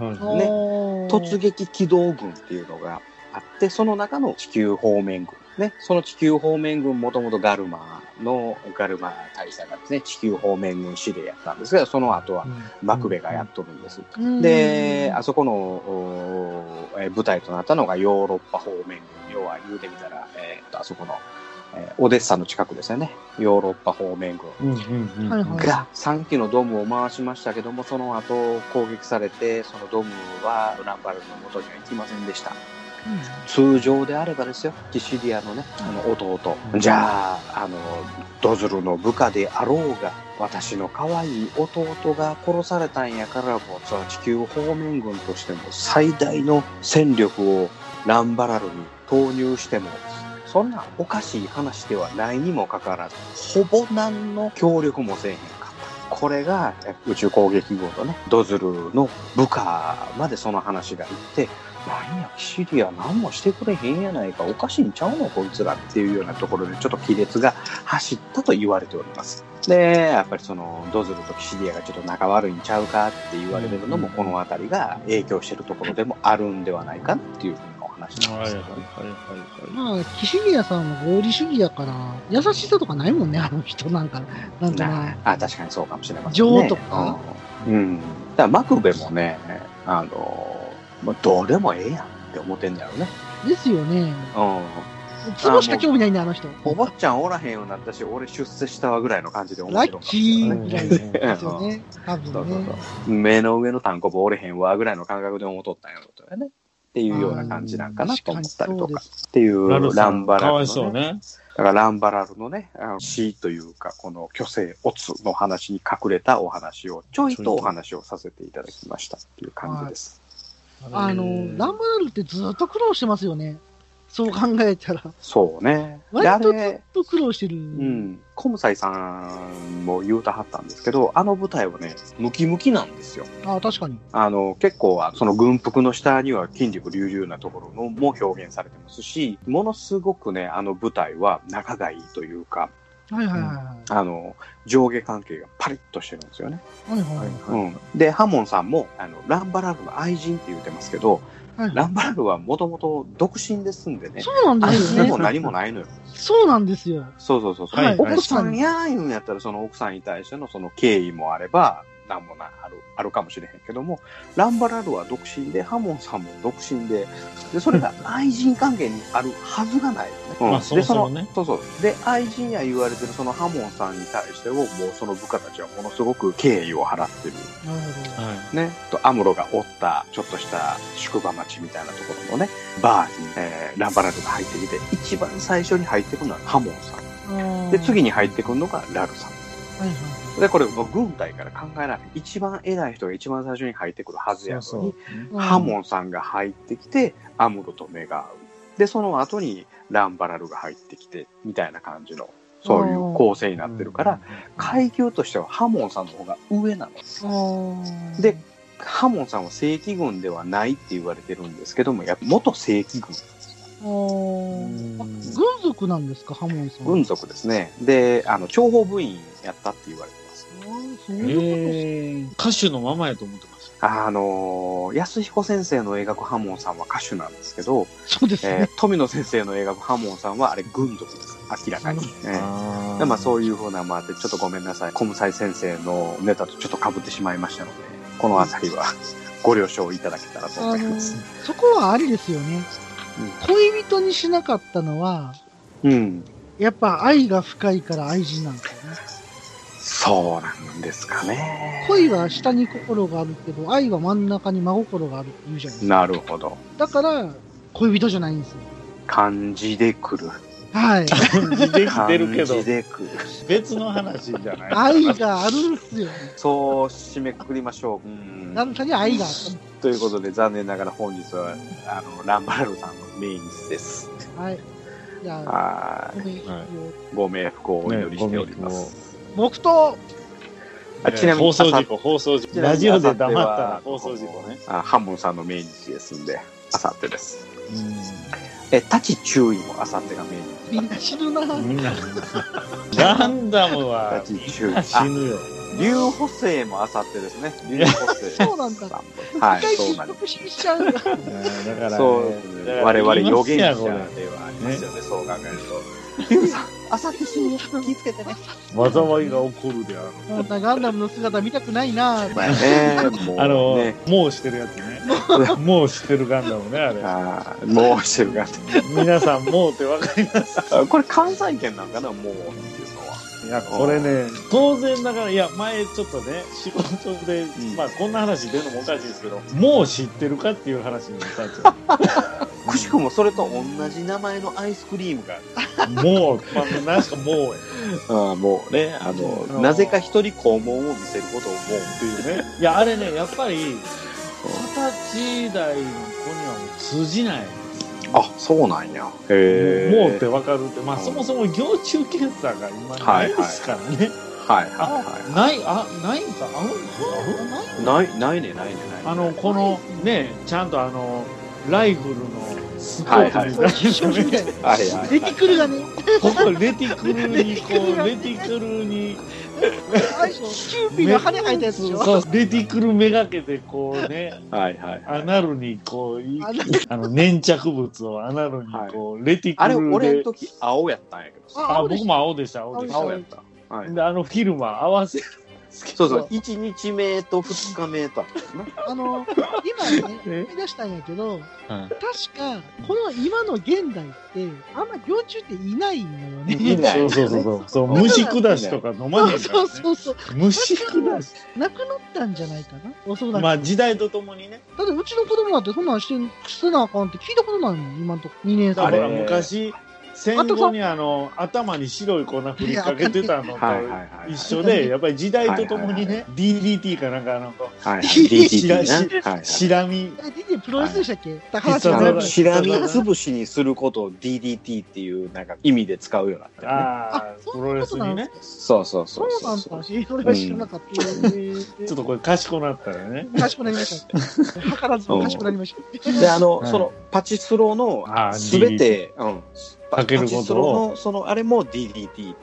Speaker 3: 突撃機動軍っていうのがあってその中の地球方面軍ね、その地球方面軍、もともとガルマの、ガルマ大佐がですね、地球方面軍司令やったんですけど、その後はマクベがやっとるんです。
Speaker 2: うん
Speaker 3: で、あそこのおーえー舞台となったのがヨーロッパ方面軍、要は言うてみたら、えーっとあそこの、えーオデッサの近くですよね、ヨーロッパ方面軍。
Speaker 4: うんうんうん。
Speaker 2: はいはい
Speaker 3: が3機のドームを回しましたけどもその後攻撃されてそのドームはランバルドの元には行きませんでした通常であればですよシシリアのねあの弟、
Speaker 4: うん
Speaker 3: じゃああのドズルの部下であろうが私の可愛い弟が殺されたんやからもうその地球方面軍としても最大の戦力をランバラルに投入してもそんなおかしい話ではないにもかかわらずほぼ何の協力もせえへんかったこれがえ宇宙攻撃軍のねドズルの部下までその話がいってなんや、シリア何もしてくれへんやないか、おかしいんちゃうの、こいつらっていうようなところで、ちょっと亀裂が走ったと言われております。で、やっぱりその、ドズルとキシリアがちょっと仲悪いんちゃうかって言われてるのも、この辺りが影響してるところでもあるんではないかっていうふうなお話なんですけどね。
Speaker 4: は
Speaker 2: まあ、岸宮さんは合理主義やから、優しさとかないもんね、あの人なんか。なんと
Speaker 3: な
Speaker 2: な
Speaker 3: あ確かにそうかもしれませんね。
Speaker 2: 情とか
Speaker 3: うん。うん。だからマクベもね、あの、もうどうでもええやんって思ってんだろうね。
Speaker 2: い。ですよね。
Speaker 3: うん。
Speaker 2: ツボしか興味ないね、あの人。
Speaker 3: お坊ちゃんおらへんようになったし、俺出世したわぐらいの感じで面
Speaker 2: ラッ
Speaker 3: 白かった
Speaker 2: キ
Speaker 4: い
Speaker 2: ー
Speaker 4: はい
Speaker 2: ぐら
Speaker 4: は
Speaker 2: いで
Speaker 4: い。
Speaker 2: すよね。多
Speaker 3: そう
Speaker 2: 分
Speaker 3: そう
Speaker 2: ね。
Speaker 3: そう。目の上の単行棒おれへんわぐらいの感覚で思っとったんやろとかね。っていうような感じなんかなと思ったり
Speaker 2: 確
Speaker 3: と
Speaker 2: かにそうで
Speaker 3: か。
Speaker 2: す
Speaker 3: っていうランバラ
Speaker 4: かわ
Speaker 3: ル
Speaker 4: いそ
Speaker 3: の、
Speaker 4: う
Speaker 3: ね。
Speaker 4: ね。
Speaker 3: だからランバラルのね、あの死というか、この虚勢オツの話に隠れたお話を、ちょいとお話をさせていただきましたっていう感じです。
Speaker 2: あの、ランバダルってずっと苦労してますよね。そう考えたら。ずっ
Speaker 3: そうね。で、あ
Speaker 2: 割と
Speaker 3: れ、
Speaker 2: と苦労してる。
Speaker 3: うん、コムサイさんも言うたはったんですけど、あの舞台はね、ムキムキなんですよ。
Speaker 2: ああ、確かに。
Speaker 3: あの、結構、あその軍服の下には筋力隆々なところのも表現されてますし、ものすごくね、あの舞台は仲がいいというか、
Speaker 2: はいはいはいはい。
Speaker 3: あの、上下関係がパリッとしてるんですよね。
Speaker 2: はいはいはい。
Speaker 3: うん。で、ハモンさんも、あの、ランバラルの愛人って言ってますけど、
Speaker 2: はい
Speaker 3: ランバラルはもともと独身ですんでね、
Speaker 2: そうなんで
Speaker 3: 愛
Speaker 2: すよ
Speaker 3: 人
Speaker 2: ね
Speaker 3: も。何もないのよ。
Speaker 2: そうなんですよ。
Speaker 3: そうそうそうそう。
Speaker 4: はい
Speaker 3: 奥さんやー言うんやったら、その奥さんに対してのその敬意もあれば、なんもな、ある、あるかもしれへんけども、ランバラルは独身で、ハモンさんも独身で、で、それが愛人関係にあるはずがないよね。
Speaker 4: まあ
Speaker 3: うん
Speaker 4: そもそもね
Speaker 3: でそのそうそう。で、愛人や言われてるそのハモンさんに対してを、もうその部下たちはものすごく敬意を払ってる。
Speaker 2: なるほど。
Speaker 4: はい。
Speaker 3: ね、とアムロがおったちょっとした宿場町みたいなところのねバーに、えーランバラルが入ってきて一番最初に入ってくるのはハモンさんで次
Speaker 2: に。
Speaker 3: に入ってくるのがラルさ
Speaker 2: はいはいはい
Speaker 3: んでこれもう軍隊から考えられない一番偉い人が一番最初に入ってくるはずやのに
Speaker 4: そうそう
Speaker 3: ハモンさんが入ってきてアムロと目が合うでその後にランバラルが入ってきてみたいな感じのそういう構成になってるから、階級としてはハモンさんの方が上なの
Speaker 2: うん
Speaker 3: で、ハモンさんは正規軍ではないって言われてるんですけども、やっぱ元正規軍、
Speaker 2: あーあ軍属なんですか、ハモンさん。
Speaker 3: 軍属ですね。で、あの、諜報部員やったって言われてます。
Speaker 2: あーそう
Speaker 4: え
Speaker 2: いう
Speaker 4: ー歌手のままやと思ってます。
Speaker 3: あのー安彦先生の描くハモンさんは歌手なんですけど、
Speaker 2: こと。そうです
Speaker 3: えー
Speaker 2: ね。
Speaker 3: 富野先生の描くハモンさんはあれ軍属です。明らかに。えー
Speaker 4: あ
Speaker 3: でまあ、そうういうふうなもあって、ちょっとごめんなさい。コムサイ先生のネタとちょっと被ってしまいましたので、このあたり はご了承いただけたらと
Speaker 2: あ
Speaker 3: 思い
Speaker 2: の
Speaker 3: ます。
Speaker 2: そこはありですよね。恋人にしなかったのは、
Speaker 3: うん。
Speaker 2: やっぱ愛が深いから愛人なんですよね。
Speaker 3: そうなんですかね。
Speaker 2: 恋は下に心があるけど、愛は真ん中に真心があるって言うじゃないですか。
Speaker 3: なるほど。
Speaker 2: だから、恋人じゃないんですよ。
Speaker 3: 感じでくる。
Speaker 2: はい。
Speaker 4: できてるけど
Speaker 3: 感じ、でくる。
Speaker 4: 別の話じゃない。
Speaker 2: 愛があるんですよ。
Speaker 3: そう締めくくりましょう。うん
Speaker 2: なんかに愛があったんで
Speaker 3: ということで、残念ながら本日は、あの、ランバラルさんの命日です。
Speaker 2: す。はい。じゃあ、
Speaker 3: は
Speaker 2: ごめんよ
Speaker 4: は
Speaker 3: ーい。ご冥福をお祈りしております。
Speaker 2: 僕と、
Speaker 3: あちなみに
Speaker 4: 放送事故、放送事
Speaker 3: ち
Speaker 4: 故。
Speaker 3: なみ
Speaker 4: ラ
Speaker 3: に
Speaker 4: ジ
Speaker 3: あ
Speaker 4: オ
Speaker 3: さ
Speaker 4: で
Speaker 3: っては
Speaker 4: 黙ったら放送事故ね。
Speaker 3: あ、ハモンさんの命日ですんで、あさってです。え、立ち注意もあさってが命日。
Speaker 2: みんな死ぬな。
Speaker 4: みんな。ガンダムは
Speaker 3: 立ち注意。あ
Speaker 4: 死ぬよ。
Speaker 3: 竜補正もあさってですね。竜補正。
Speaker 2: そうなんだ。
Speaker 3: は
Speaker 2: 一回
Speaker 3: い、そう
Speaker 2: 失
Speaker 3: なんで
Speaker 2: 格しちゃう。
Speaker 1: うんだから
Speaker 3: す。
Speaker 1: ね、
Speaker 3: そうですね。我々予言者
Speaker 1: これ
Speaker 3: ではありますよね、そう考えると。竜さん、 あさって死ぬ気をつけてね。
Speaker 1: 災いが起こるであろう。
Speaker 2: なんだガンダムの姿見たくないなぁ。
Speaker 3: まあね、もう、ね。
Speaker 1: あの、もうしてるやつ ね。もうしてるガンダムね、あれ。
Speaker 3: あーもうしてるかって。
Speaker 1: 皆さん、もうってわかります。
Speaker 3: あこれ関西圏なんかな、もうっていうのは。
Speaker 1: いや、これね、当然だから、いや、前ちょっとね、仕事で、
Speaker 3: ん
Speaker 1: まあ、こんな話出るのもおかしいですけど、もう知ってるかっていう話になったんですよ。
Speaker 3: くしくもそれと同じ名前のアイスクリームがある。
Speaker 1: もう、まあ、何しかもうや
Speaker 3: ああ、もうね、あの、
Speaker 1: うん
Speaker 3: なぜか一人肛門を見せることをもう。
Speaker 1: っていうね。いや、あれね、やっぱり、二十歳代の子にはもう通じない。
Speaker 3: あ、そうなんや。へえ。
Speaker 1: もうってわかるって、まあ、そもそも幼虫検査が今ないですからね。
Speaker 3: はいはい
Speaker 1: あ
Speaker 3: は
Speaker 1: ない、あ、ないんか、あるんですかある
Speaker 3: い。ない、ないね、ないね、ないね。
Speaker 1: あの、このね、ちゃんとあの、ライフルのスコープに、
Speaker 2: はい
Speaker 3: あれや。
Speaker 2: 出てくるがね、
Speaker 1: ここレティクルに、こう、レティクルに、
Speaker 2: あれキューピーの羽生えたやつでしょ。
Speaker 1: そう、レティクルめがけて、こうね、
Speaker 3: はいはい。
Speaker 1: アナルに、こう、い
Speaker 2: あの
Speaker 1: あの、粘着物をアナルに、こう、レティ
Speaker 3: あれ、
Speaker 1: ク
Speaker 3: 俺
Speaker 1: ル
Speaker 3: の
Speaker 1: で、
Speaker 3: 時、青やったんやけどさ。
Speaker 1: あ、僕も青でした、青でし
Speaker 3: 青やった。はい
Speaker 1: た。。で、あの、フィルマー合わせ、
Speaker 3: そうそう、1日目と2日目とあったな。
Speaker 2: あの、今ね、
Speaker 1: え
Speaker 2: 思い出したんやけど、確か、この今の現代って、あんま幼虫っていないのよね。
Speaker 3: いない
Speaker 1: そうそうそうそうそう、虫下しとか飲まねえか
Speaker 2: そう
Speaker 1: ら、ね。
Speaker 2: そうそう。
Speaker 1: 虫下し。
Speaker 2: なくなったんじゃないかな。おそうだ。
Speaker 1: まあ、時代とともにね。
Speaker 2: だってうちの子供なんてそんなんして、してなあかんって聞いたことないもん、今んとこ。2
Speaker 1: だ
Speaker 2: 年生
Speaker 1: か
Speaker 3: あ
Speaker 1: ら
Speaker 3: れ
Speaker 2: で。
Speaker 1: 昔戦後にあの頭に白い粉振りかけてたのと
Speaker 3: はいはいはい。
Speaker 1: 一緒でやっぱり時代とともにね DDT かなんかあの
Speaker 3: はいはい。
Speaker 1: 知ら
Speaker 3: DTT
Speaker 1: 知
Speaker 3: ね。はいはい。
Speaker 1: シラミ
Speaker 2: え、出てプロレスでしたっけ高
Speaker 1: 必殺
Speaker 2: 橋
Speaker 1: 技
Speaker 2: さ
Speaker 1: そ
Speaker 2: ん。
Speaker 3: あ
Speaker 1: う
Speaker 3: の
Speaker 1: だ
Speaker 3: しらみつぶしにすることを DDT っていうなんか意味で使うようになったよ
Speaker 1: あ
Speaker 3: ね、
Speaker 1: ー
Speaker 2: あ
Speaker 1: プロレスにね
Speaker 3: そうそう
Speaker 2: そ
Speaker 3: そう
Speaker 2: う
Speaker 3: そ
Speaker 2: な
Speaker 3: うんそう
Speaker 2: だ。えそれは知らなかっ た。
Speaker 1: ちょっとこれ賢くなったらね
Speaker 2: 賢くなりま した。図らずも賢くなりました。
Speaker 3: であの、
Speaker 1: はい
Speaker 3: そのパチスロの
Speaker 1: あー
Speaker 3: すべて、うん、
Speaker 1: かけることを
Speaker 3: パチスロのそのあれも DDT っていう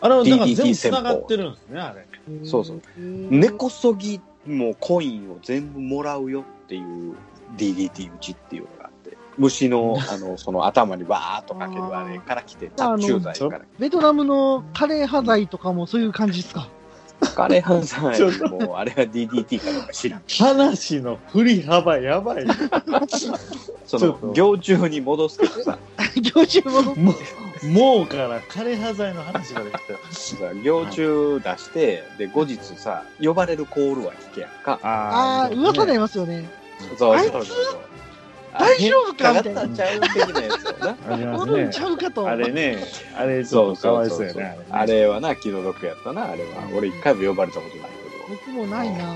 Speaker 1: あれはだから
Speaker 3: DDT
Speaker 1: 全部つながってるんですねあれ
Speaker 3: そうそう
Speaker 2: うん。
Speaker 3: 根こそぎもうコインを全部もらうよっていう DDT 打ちっていうのがあって虫 のあのその頭にわーっとかけるあれから来て
Speaker 2: あー
Speaker 3: 殺虫剤から
Speaker 2: ベトナムのカレー端材とかもそういう感じ ですか。
Speaker 3: カレーハンさん
Speaker 1: ちょっと
Speaker 3: もうあれは DDT かどうか知らん
Speaker 1: 話の振り幅やばい
Speaker 3: そ
Speaker 1: ちょっと
Speaker 3: の行中に戻すけどさ
Speaker 2: 行中も。
Speaker 1: もうもうから枯葉剤の話ができたよ
Speaker 3: さ行中出して、で、後日さ、呼ばれるコールは聞けやんか。
Speaker 2: ああ、
Speaker 1: ー
Speaker 2: 噂にな
Speaker 1: ね
Speaker 2: りますよね。
Speaker 3: そう
Speaker 2: そう
Speaker 3: そうそう。
Speaker 2: 大丈夫かみ
Speaker 3: か
Speaker 2: たい
Speaker 3: かった
Speaker 2: な。
Speaker 3: んちゃう的なやつよな。
Speaker 1: ありま
Speaker 2: お
Speaker 1: す
Speaker 2: る
Speaker 1: ね
Speaker 2: んちゃうかと。
Speaker 1: あれね、あれち
Speaker 3: そ
Speaker 1: ょっと
Speaker 3: う
Speaker 1: か
Speaker 3: そ
Speaker 1: わ
Speaker 3: う
Speaker 1: いそう
Speaker 3: そう
Speaker 1: や
Speaker 3: そう。
Speaker 1: ね。
Speaker 3: あれはな、気の毒やったな、あれは。俺一回も呼ばれたことないけ
Speaker 2: 僕もないな
Speaker 3: ど。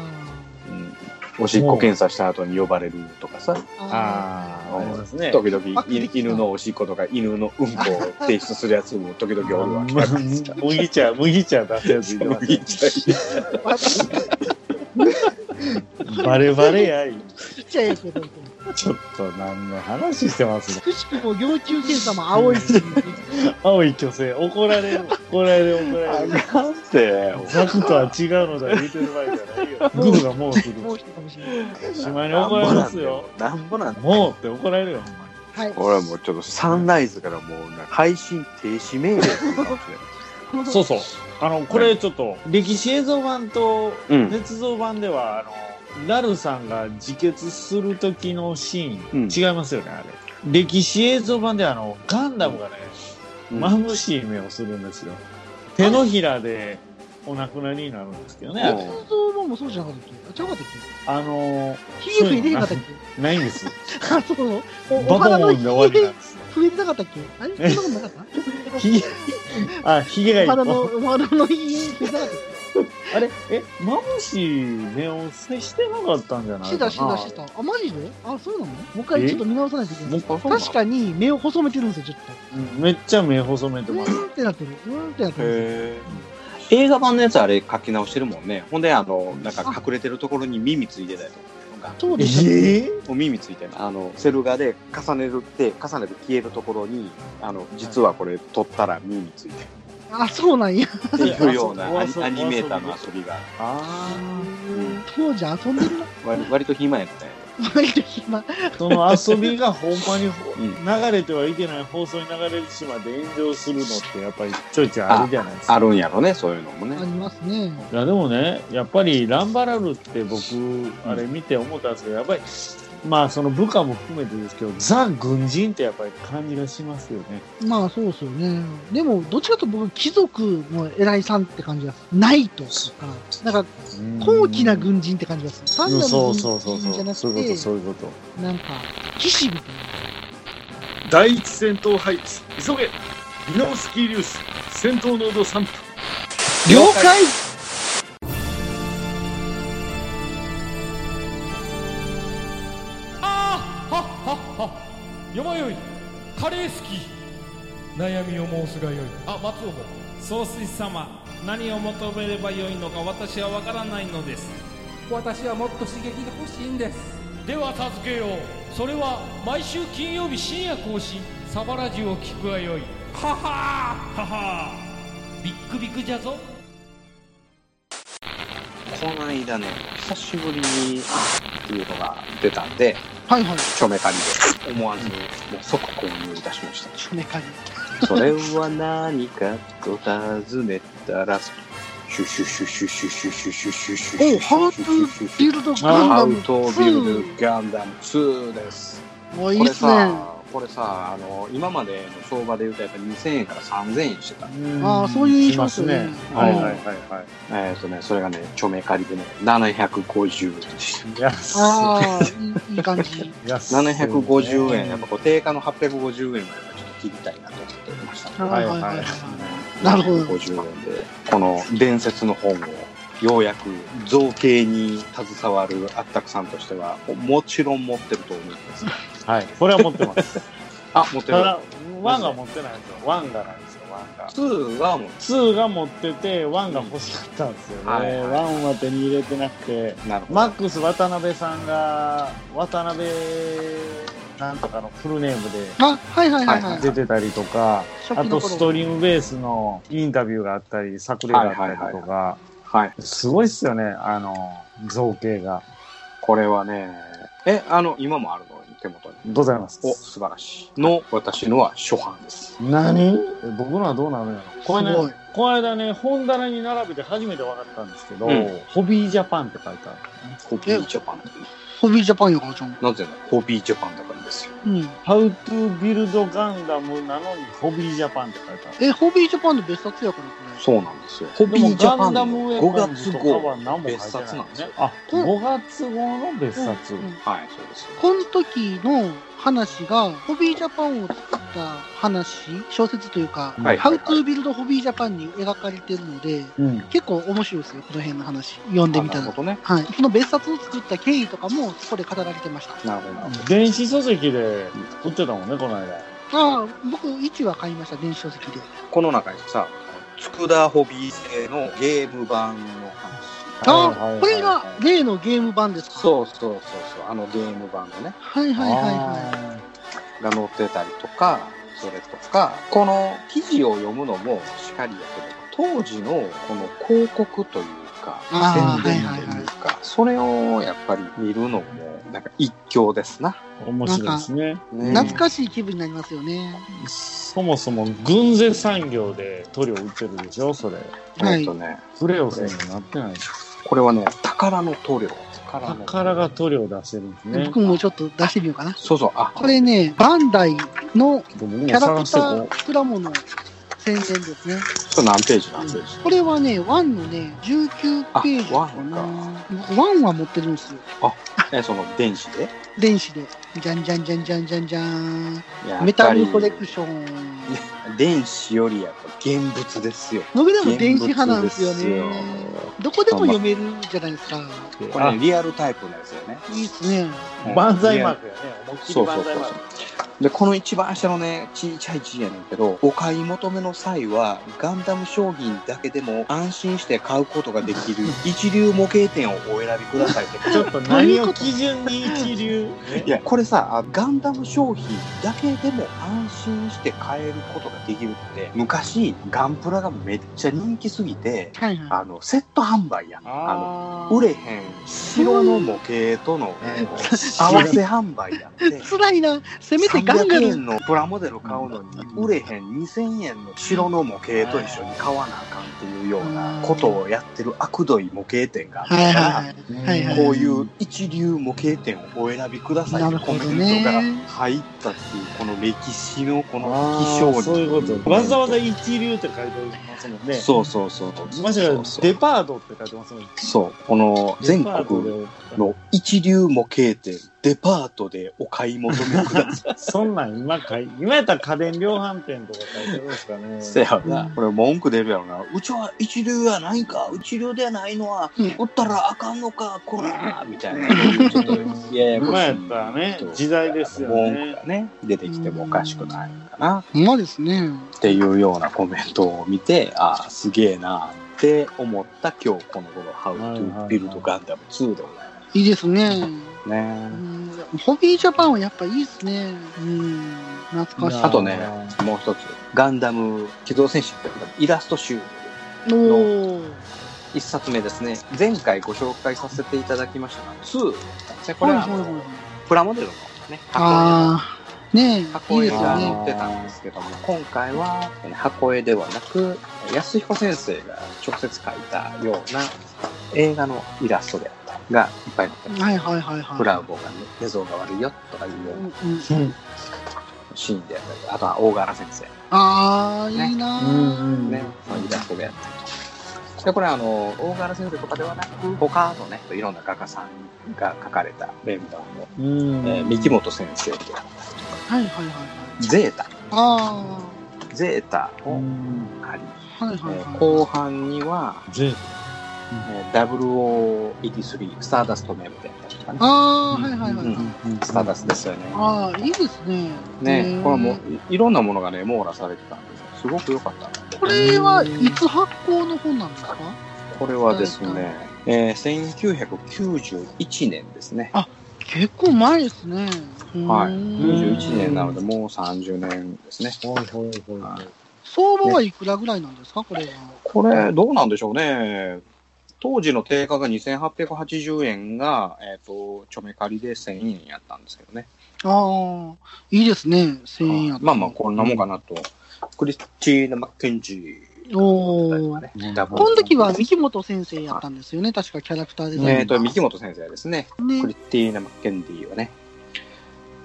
Speaker 3: うん。おしっこ検査した後に呼ばれるとかさ、
Speaker 2: あ
Speaker 1: あ
Speaker 3: ー
Speaker 1: あ、ありますね。
Speaker 3: 時々
Speaker 2: あ
Speaker 3: い犬のおしっことか犬のうんこを提出するやつも時々おるわけやからさ。
Speaker 1: 麦茶、麦茶出すやついてま
Speaker 3: 麦茶
Speaker 2: ー私ち
Speaker 1: す。バレバレやい。
Speaker 2: っちゃいけど。
Speaker 1: ちょっと何の話してます
Speaker 2: くしくも行中検査も青いし。
Speaker 1: 青い虚勢、怒られる、怒られる、怒られる。
Speaker 3: あかんって。
Speaker 1: ザクとは違うのだ、言うてる場合じゃないよ。グーがもうする。
Speaker 2: もう一人かもしれない。
Speaker 1: しまいに怒られますよ。
Speaker 3: なんぼなんだよ。なんぼなんだよ
Speaker 1: もうって怒られるよ、ほんまに。
Speaker 2: はい。
Speaker 3: 俺はもうちょっとサンライズからもうなんか配信停止命令っていうのかもし
Speaker 1: そうそう。あの、これちょっと、歴史映像版と
Speaker 3: れない。
Speaker 1: 捏造版では、あの、ラルさんが自決する時のシーン、
Speaker 3: う
Speaker 1: 違いますよね、あれ。歴史映像版であの、ガンダムがね、
Speaker 3: うん
Speaker 1: まぶしい目をするんですよ。手のひらでお亡くなりになるんですけどね、あれ
Speaker 3: おう
Speaker 2: 仏像もそうじゃなかったっけあ、ちゃうかったっ
Speaker 1: あのー、
Speaker 2: けひげ増えてへんかったっ
Speaker 1: ないんですよ。
Speaker 2: けあ、そう。おお
Speaker 1: バカ
Speaker 2: 花
Speaker 1: モ
Speaker 2: の
Speaker 1: ン
Speaker 2: ひ
Speaker 1: で終わり
Speaker 2: げ
Speaker 1: なんですよ。
Speaker 2: 増えてなかったっけあれそんなことなかっ
Speaker 1: ひ げ、あ、ひげがい
Speaker 2: た
Speaker 1: っ
Speaker 2: お
Speaker 1: ぱ
Speaker 2: 花の、
Speaker 1: い。
Speaker 2: お花のひ げ増えてなかったっ
Speaker 1: あれえ、まぶしい目を接してなかったんじゃ
Speaker 2: け
Speaker 1: な
Speaker 2: し
Speaker 1: い
Speaker 2: て
Speaker 1: か
Speaker 2: た
Speaker 1: な。
Speaker 2: してたしてた。あ、マジであ、そうなのもう一回ちょっと見直さないといけない。
Speaker 3: 確
Speaker 2: 確かに目を細めてるんですよ、ちょっ
Speaker 1: うんめっちゃ目細めて
Speaker 2: と。う
Speaker 1: ます。
Speaker 2: ーんってなってる。うーんってなってる。
Speaker 3: へー映画版のやつあれ書き直してるもんね。ほんで、あの、なんか隠れてるところに耳ついてたりとか。
Speaker 2: そう
Speaker 1: え
Speaker 2: でした。
Speaker 3: もう耳ついてんのあの、セル画で重ねるって、重ねて消えるところに、あの、実はこれ撮ったら耳ついてる。
Speaker 2: あ、そうなんや。
Speaker 3: っていうような
Speaker 1: そう
Speaker 3: ア
Speaker 1: あ
Speaker 3: ニ
Speaker 1: そう
Speaker 3: アニメーターの遊びが
Speaker 1: あ
Speaker 2: 当時遊んでるな。
Speaker 3: 割割と暇やったんや
Speaker 2: 割と暇。
Speaker 1: あ。その遊びがほんまにほ
Speaker 3: うん
Speaker 1: 流れてはいけない放送に流れてしまって炎上するのってやっぱりちょいちょいあるじゃないですか。
Speaker 3: あるんやろねそういうのもね
Speaker 2: ありますね。
Speaker 1: いやでもね、やっぱりランバラルって僕、あれ見て思ったんですけど、やっぱり、まあその部下も含めてですけど、ザ・軍人ってやっぱり感じがしますよね。
Speaker 2: まあそうですよね。でも、どっちかというと僕、貴族の偉いさんって感じがする。ナイトとか、なんか高貴な軍人って感じがする。単
Speaker 1: うん
Speaker 2: なる
Speaker 1: そうそうそう
Speaker 2: 軍
Speaker 1: そ
Speaker 2: 人じゃな
Speaker 1: う。
Speaker 2: く
Speaker 1: そういうこと、
Speaker 2: て
Speaker 1: そ、ういうこと。
Speaker 2: なんか、騎士みたい
Speaker 5: 第一戦闘配置急げミノフスキー粒子戦闘濃度3分
Speaker 2: な。了解
Speaker 6: あーはっはっはよまよいカレー好き悩みを申すがよいあ松尾も
Speaker 7: 総帥様何を求めればよいのか私は分からないのです
Speaker 6: 私はもっと刺激が欲しいんですでは助けようそれは毎週金曜日深夜更新サバラジュを聞くがよいははーははービックビックじゃぞ
Speaker 3: この間ね久しぶりにっていうのが出たんで
Speaker 2: はいはい。
Speaker 3: ちょめかりで思わずもう即購入いたしました
Speaker 2: メカニ
Speaker 3: それは何かと尋ねたら、シュシュシュシュシュシュシュシュシュシュシュ
Speaker 2: おハートビルドガン
Speaker 3: ハ
Speaker 2: ダ
Speaker 3: ウ
Speaker 2: ム
Speaker 3: トビル
Speaker 2: 2。
Speaker 3: ドガンダム2です。
Speaker 2: もうい
Speaker 3: こ
Speaker 2: い
Speaker 3: れ
Speaker 2: っすね。あ
Speaker 3: さ、これさ、あの、今までの相場で言うとやっぱ2000円から3000円してた。
Speaker 2: あー、そういう印象
Speaker 1: ま
Speaker 2: です
Speaker 1: す
Speaker 2: よ
Speaker 1: ね
Speaker 2: ね。。
Speaker 1: はいはい
Speaker 2: うん
Speaker 1: はいは
Speaker 3: えっとね、それがね、著名借りでね、750円でした。
Speaker 1: い。安
Speaker 2: ああ、いいいい感じ。
Speaker 1: 安い
Speaker 3: 750円、やっぱこう定価の850円はやっぱちょっと切りたいなと思ってました。
Speaker 1: はいはい
Speaker 2: は
Speaker 1: はいいは
Speaker 2: は。
Speaker 1: い
Speaker 2: なるほど。
Speaker 3: 50円でこの伝説の本をようやく造形に携わるあったくさんとしてはもちろん持ってると思います
Speaker 1: はい。これは持ってます。
Speaker 3: あ持って
Speaker 1: た
Speaker 3: る
Speaker 1: だ、ワンが持ってないんですよ。ワンがなんですよ、ワンが。
Speaker 3: 2はも
Speaker 1: ツーが持ってて、ワンが欲しかったんですよね。ワ
Speaker 3: はいはい
Speaker 1: ンは手に入れてなくて。
Speaker 3: うなるほど、
Speaker 1: マックス渡辺さんが、渡辺なんとかのフルネームで
Speaker 2: あ、はいはいはいはい
Speaker 1: 出。てたりとか、
Speaker 2: 初
Speaker 1: あ
Speaker 2: 期
Speaker 1: と
Speaker 2: の
Speaker 1: スト
Speaker 2: 頃。
Speaker 1: リームベースのインタビューがあったり、作例があったり
Speaker 3: はい
Speaker 1: と
Speaker 3: はい
Speaker 1: か、
Speaker 3: はい
Speaker 1: すごいっすよね、あの、造形が。
Speaker 3: これはねえあの今もあるの手元に
Speaker 1: ございます。
Speaker 3: お素晴らしいの私のは初版です
Speaker 1: 何僕のはどうなのやろこれ
Speaker 2: すごい
Speaker 1: ね、この間ね、本棚に並べて初めて分かったんですけど、
Speaker 3: うん
Speaker 1: ホビージャパンって書いてある。
Speaker 3: コピージャパン
Speaker 2: ホビージャパンよ、このちゃん。
Speaker 3: なぜならコピージャパンだからですよ
Speaker 2: うん。
Speaker 1: How to build Gundam なのにホビージャパンって書いてある。
Speaker 2: え、ホビージャパンの別冊やから、これ。
Speaker 3: そうなんですよコ
Speaker 1: で
Speaker 3: ピ
Speaker 1: も
Speaker 3: ージャ
Speaker 1: ガ
Speaker 3: パン
Speaker 1: ンダムウ
Speaker 3: の
Speaker 1: ェ
Speaker 3: 5
Speaker 1: ポンズ
Speaker 3: 月
Speaker 1: とか
Speaker 3: 号
Speaker 1: は何も書いて
Speaker 3: 別冊
Speaker 1: なね
Speaker 3: ないんですよ
Speaker 1: あ、
Speaker 2: うん
Speaker 1: 5月号の別冊。
Speaker 2: うんうん
Speaker 3: はいそうです
Speaker 2: この時の話が、ホビージャパンを作った話、小説というか、
Speaker 3: はい
Speaker 2: ハウトゥービルドホビージャパンに描かれてるので、
Speaker 1: うん。
Speaker 2: 結構面白いですよ、この辺の話。読んでみた
Speaker 3: あなる
Speaker 2: ら。
Speaker 3: ほどね
Speaker 2: はい。その別冊を作った経緯とかも、そこで語られてました。
Speaker 3: なるほどなるほど
Speaker 1: 電子書籍で売ってたもんね、この間。
Speaker 2: ああ、僕、1は買いました、電子書籍で。
Speaker 3: この中にさ、佃ホビー製のゲーム版の話。
Speaker 2: あ
Speaker 1: はいはいはいは
Speaker 2: あ、
Speaker 1: い
Speaker 2: これが例のゲーム版ですか。う。
Speaker 3: そうそうそうそう、あのゲーム版のね、
Speaker 2: はいはいはいは
Speaker 1: あ
Speaker 3: が載ってたりとか、それとか、この記事を読むのもしかりやけど、当時のこの広告というか、
Speaker 2: あー
Speaker 3: 宣伝というか、それをやっぱり見るのも、なんか一興ですな。
Speaker 1: ー面白いですね。
Speaker 2: い。
Speaker 3: ね
Speaker 2: 懐かしい気分になりますよね。
Speaker 1: そもそも軍勢産業で塗料売ってるでしょ、それ。
Speaker 2: はい
Speaker 3: えっとね、
Speaker 1: フレオさんになってないでしょ。
Speaker 3: これはね、宝の塗料。宝の
Speaker 1: 宝が塗料出してるんですね。
Speaker 2: 僕もちょっと出してみようかな。
Speaker 3: そうそう、あ、
Speaker 2: これね、バンダイの
Speaker 1: 僕も
Speaker 2: キャラ
Speaker 1: 探
Speaker 2: ク
Speaker 1: して
Speaker 2: タ
Speaker 1: こう
Speaker 2: ー。果物宣伝ですね。
Speaker 3: これ何ページ何ページ
Speaker 2: これはね、ワンのね、19ページかな。
Speaker 3: あ
Speaker 2: 僕ワンは持ってるんですよ。
Speaker 3: え、その電子で
Speaker 2: 電子で。じゃんじゃんじゃんじゃんじゃんじゃん。
Speaker 3: やっぱり
Speaker 2: メタルコレクション。
Speaker 3: 電子よりやっぱ現物ですよ。
Speaker 2: 僕でも電子派なんですよ
Speaker 3: 現
Speaker 2: ね
Speaker 3: 物。
Speaker 2: どこでも読めるじゃないですか。
Speaker 3: よこれね、リアルタイプのやつだよね。
Speaker 2: いいっすね。
Speaker 1: 万歳マークやね。思いっきり
Speaker 3: そうそ
Speaker 1: 万
Speaker 3: うそ
Speaker 1: 歳
Speaker 3: う
Speaker 1: マー
Speaker 3: そう
Speaker 1: ク。。
Speaker 3: で、この一番下のね、ちいちゃい字やねんけど、お買い求めの際は、ガンダム商品だけでも安心して買うことが できる一流模型店をお選びくださいって。
Speaker 4: ちょっと何を基準に一流。
Speaker 3: いや、これさ、あガンダム商品だけでも安心して買えることができるって、昔、ガンプラがめっちゃ人気すぎて、
Speaker 2: はいはい。
Speaker 3: あの、セット販売やん。あ
Speaker 4: あ
Speaker 3: の、売れへん白の模型との合わせ販売 やって。
Speaker 2: 辛いな。せめてガンガ
Speaker 3: 300
Speaker 2: ン。
Speaker 3: 円のプラモデル買うのに売れへん2000円の白の模型と一緒に買わなあかんっていうようなことをやってる悪どい模型店があ
Speaker 2: はい
Speaker 3: るか
Speaker 2: は
Speaker 3: ら
Speaker 2: いはいはい
Speaker 3: こういう一流模型店をお選びください
Speaker 2: な
Speaker 3: っ
Speaker 2: る
Speaker 3: てコ
Speaker 2: ほ
Speaker 3: メ
Speaker 2: どね
Speaker 3: ントが入ったっていうこの歴史のこの気
Speaker 4: あ
Speaker 3: 象
Speaker 4: ー
Speaker 3: に
Speaker 4: そういうこと。わざわざ一流って書いてありますもんね。
Speaker 3: そうそうそう
Speaker 4: まして
Speaker 3: そ
Speaker 4: や
Speaker 3: うそう
Speaker 4: デパートって書いてますもんね。
Speaker 3: そうこの全国
Speaker 4: デパートで
Speaker 3: の一流模型店デパートでお買い求めください
Speaker 4: そんなん今書い、今やったら家電量販店とか書いてるんですか ね。
Speaker 3: せやろなこれ文句出るやろなうちは一流やないんかうち流ではないのは
Speaker 2: うん
Speaker 3: 売ったらあかんのかこらみたいなちょっとい やいやこ
Speaker 4: 今
Speaker 3: れ
Speaker 4: やったらね、時代ですよ
Speaker 3: 文句
Speaker 4: ね
Speaker 3: が。ね出てきてもおかしくないかな
Speaker 2: ほんまですね。
Speaker 3: っていうようなコメントを見てああすげえなって思った今日この頃「How
Speaker 4: はいはいは
Speaker 3: to
Speaker 4: い
Speaker 3: Build Gundam 2」でございま
Speaker 2: いいですね。
Speaker 3: す
Speaker 2: う
Speaker 3: ね
Speaker 2: んホビージャパンはやっぱいいですね。うん。懐かしい。
Speaker 3: あとねもう一つ「ガンダム機動戦士」ってイラスト集
Speaker 2: おー
Speaker 3: 一冊目ですね前回ご紹介させていただきましたが2ですねこれはあ
Speaker 2: はいはいはい
Speaker 3: のプラモデルのね箱絵
Speaker 2: ああ。ねえ、いい
Speaker 3: 箱
Speaker 2: で
Speaker 3: 絵
Speaker 2: すよ
Speaker 3: が
Speaker 2: ね。
Speaker 3: 載ってたんですけども今回は箱絵ではなく安彦先生が直接描いたような映画のイラストであったりがいっぱい載ってます
Speaker 2: はいはいはいはい。
Speaker 3: ブラウボーがね寝相が悪いよとかいうよ
Speaker 2: う
Speaker 3: うん
Speaker 2: う
Speaker 3: なんシーンであったりあとは大河原先
Speaker 2: ああ、いい
Speaker 4: うんう
Speaker 2: なー。
Speaker 4: ん
Speaker 3: 生ねのイラストであったりとかでこれはあの大河原先生とかではなく他のねいろんな画家さんが描かれたメンバーの、
Speaker 4: うん。
Speaker 3: えー三木本先生であっ
Speaker 2: はいはいはいはい。
Speaker 3: たりゼータ
Speaker 2: あ
Speaker 3: ゼータ
Speaker 4: う
Speaker 3: を
Speaker 4: ん
Speaker 3: あり、
Speaker 2: あ。はい
Speaker 3: え
Speaker 2: はい
Speaker 3: ー
Speaker 2: は
Speaker 3: 後半には、
Speaker 4: ぜ
Speaker 3: えー、0083スターダストメモであったりとか
Speaker 2: い。
Speaker 3: ね
Speaker 2: ああ、はいはいはいはい。
Speaker 3: スターダストですよね
Speaker 2: ああ、いいですね。
Speaker 3: ね
Speaker 2: うん
Speaker 3: これもいいろんなものがね網羅されてたんですよすごく良かったな
Speaker 2: これはいつ発行の本なんですか
Speaker 3: これはですね、えー1991年ですね。
Speaker 2: 結構前ですね。
Speaker 3: はい
Speaker 2: い
Speaker 3: 91年なので、もう30年ですね。
Speaker 4: ほいほいほいほい。
Speaker 2: 相場はいくらぐらいなんですかこれは。
Speaker 3: これ、どうなんでしょうね。当時の定価が2880円が、えっ、と、ちょめ借りで1000円やったんですけどね。
Speaker 2: ああ、いいですね。1000円やった
Speaker 3: まあまあ、こんなもんかなと。クリスチーナ・マッケンジー。
Speaker 2: お
Speaker 3: こ
Speaker 2: ー
Speaker 3: の
Speaker 2: この時は、三木本先生やったんですよね。確かキャラクターデザイン。
Speaker 3: えっ、と、三木本先生ですね。クリ
Speaker 2: ね。
Speaker 3: スティーナ・マッケンディはね。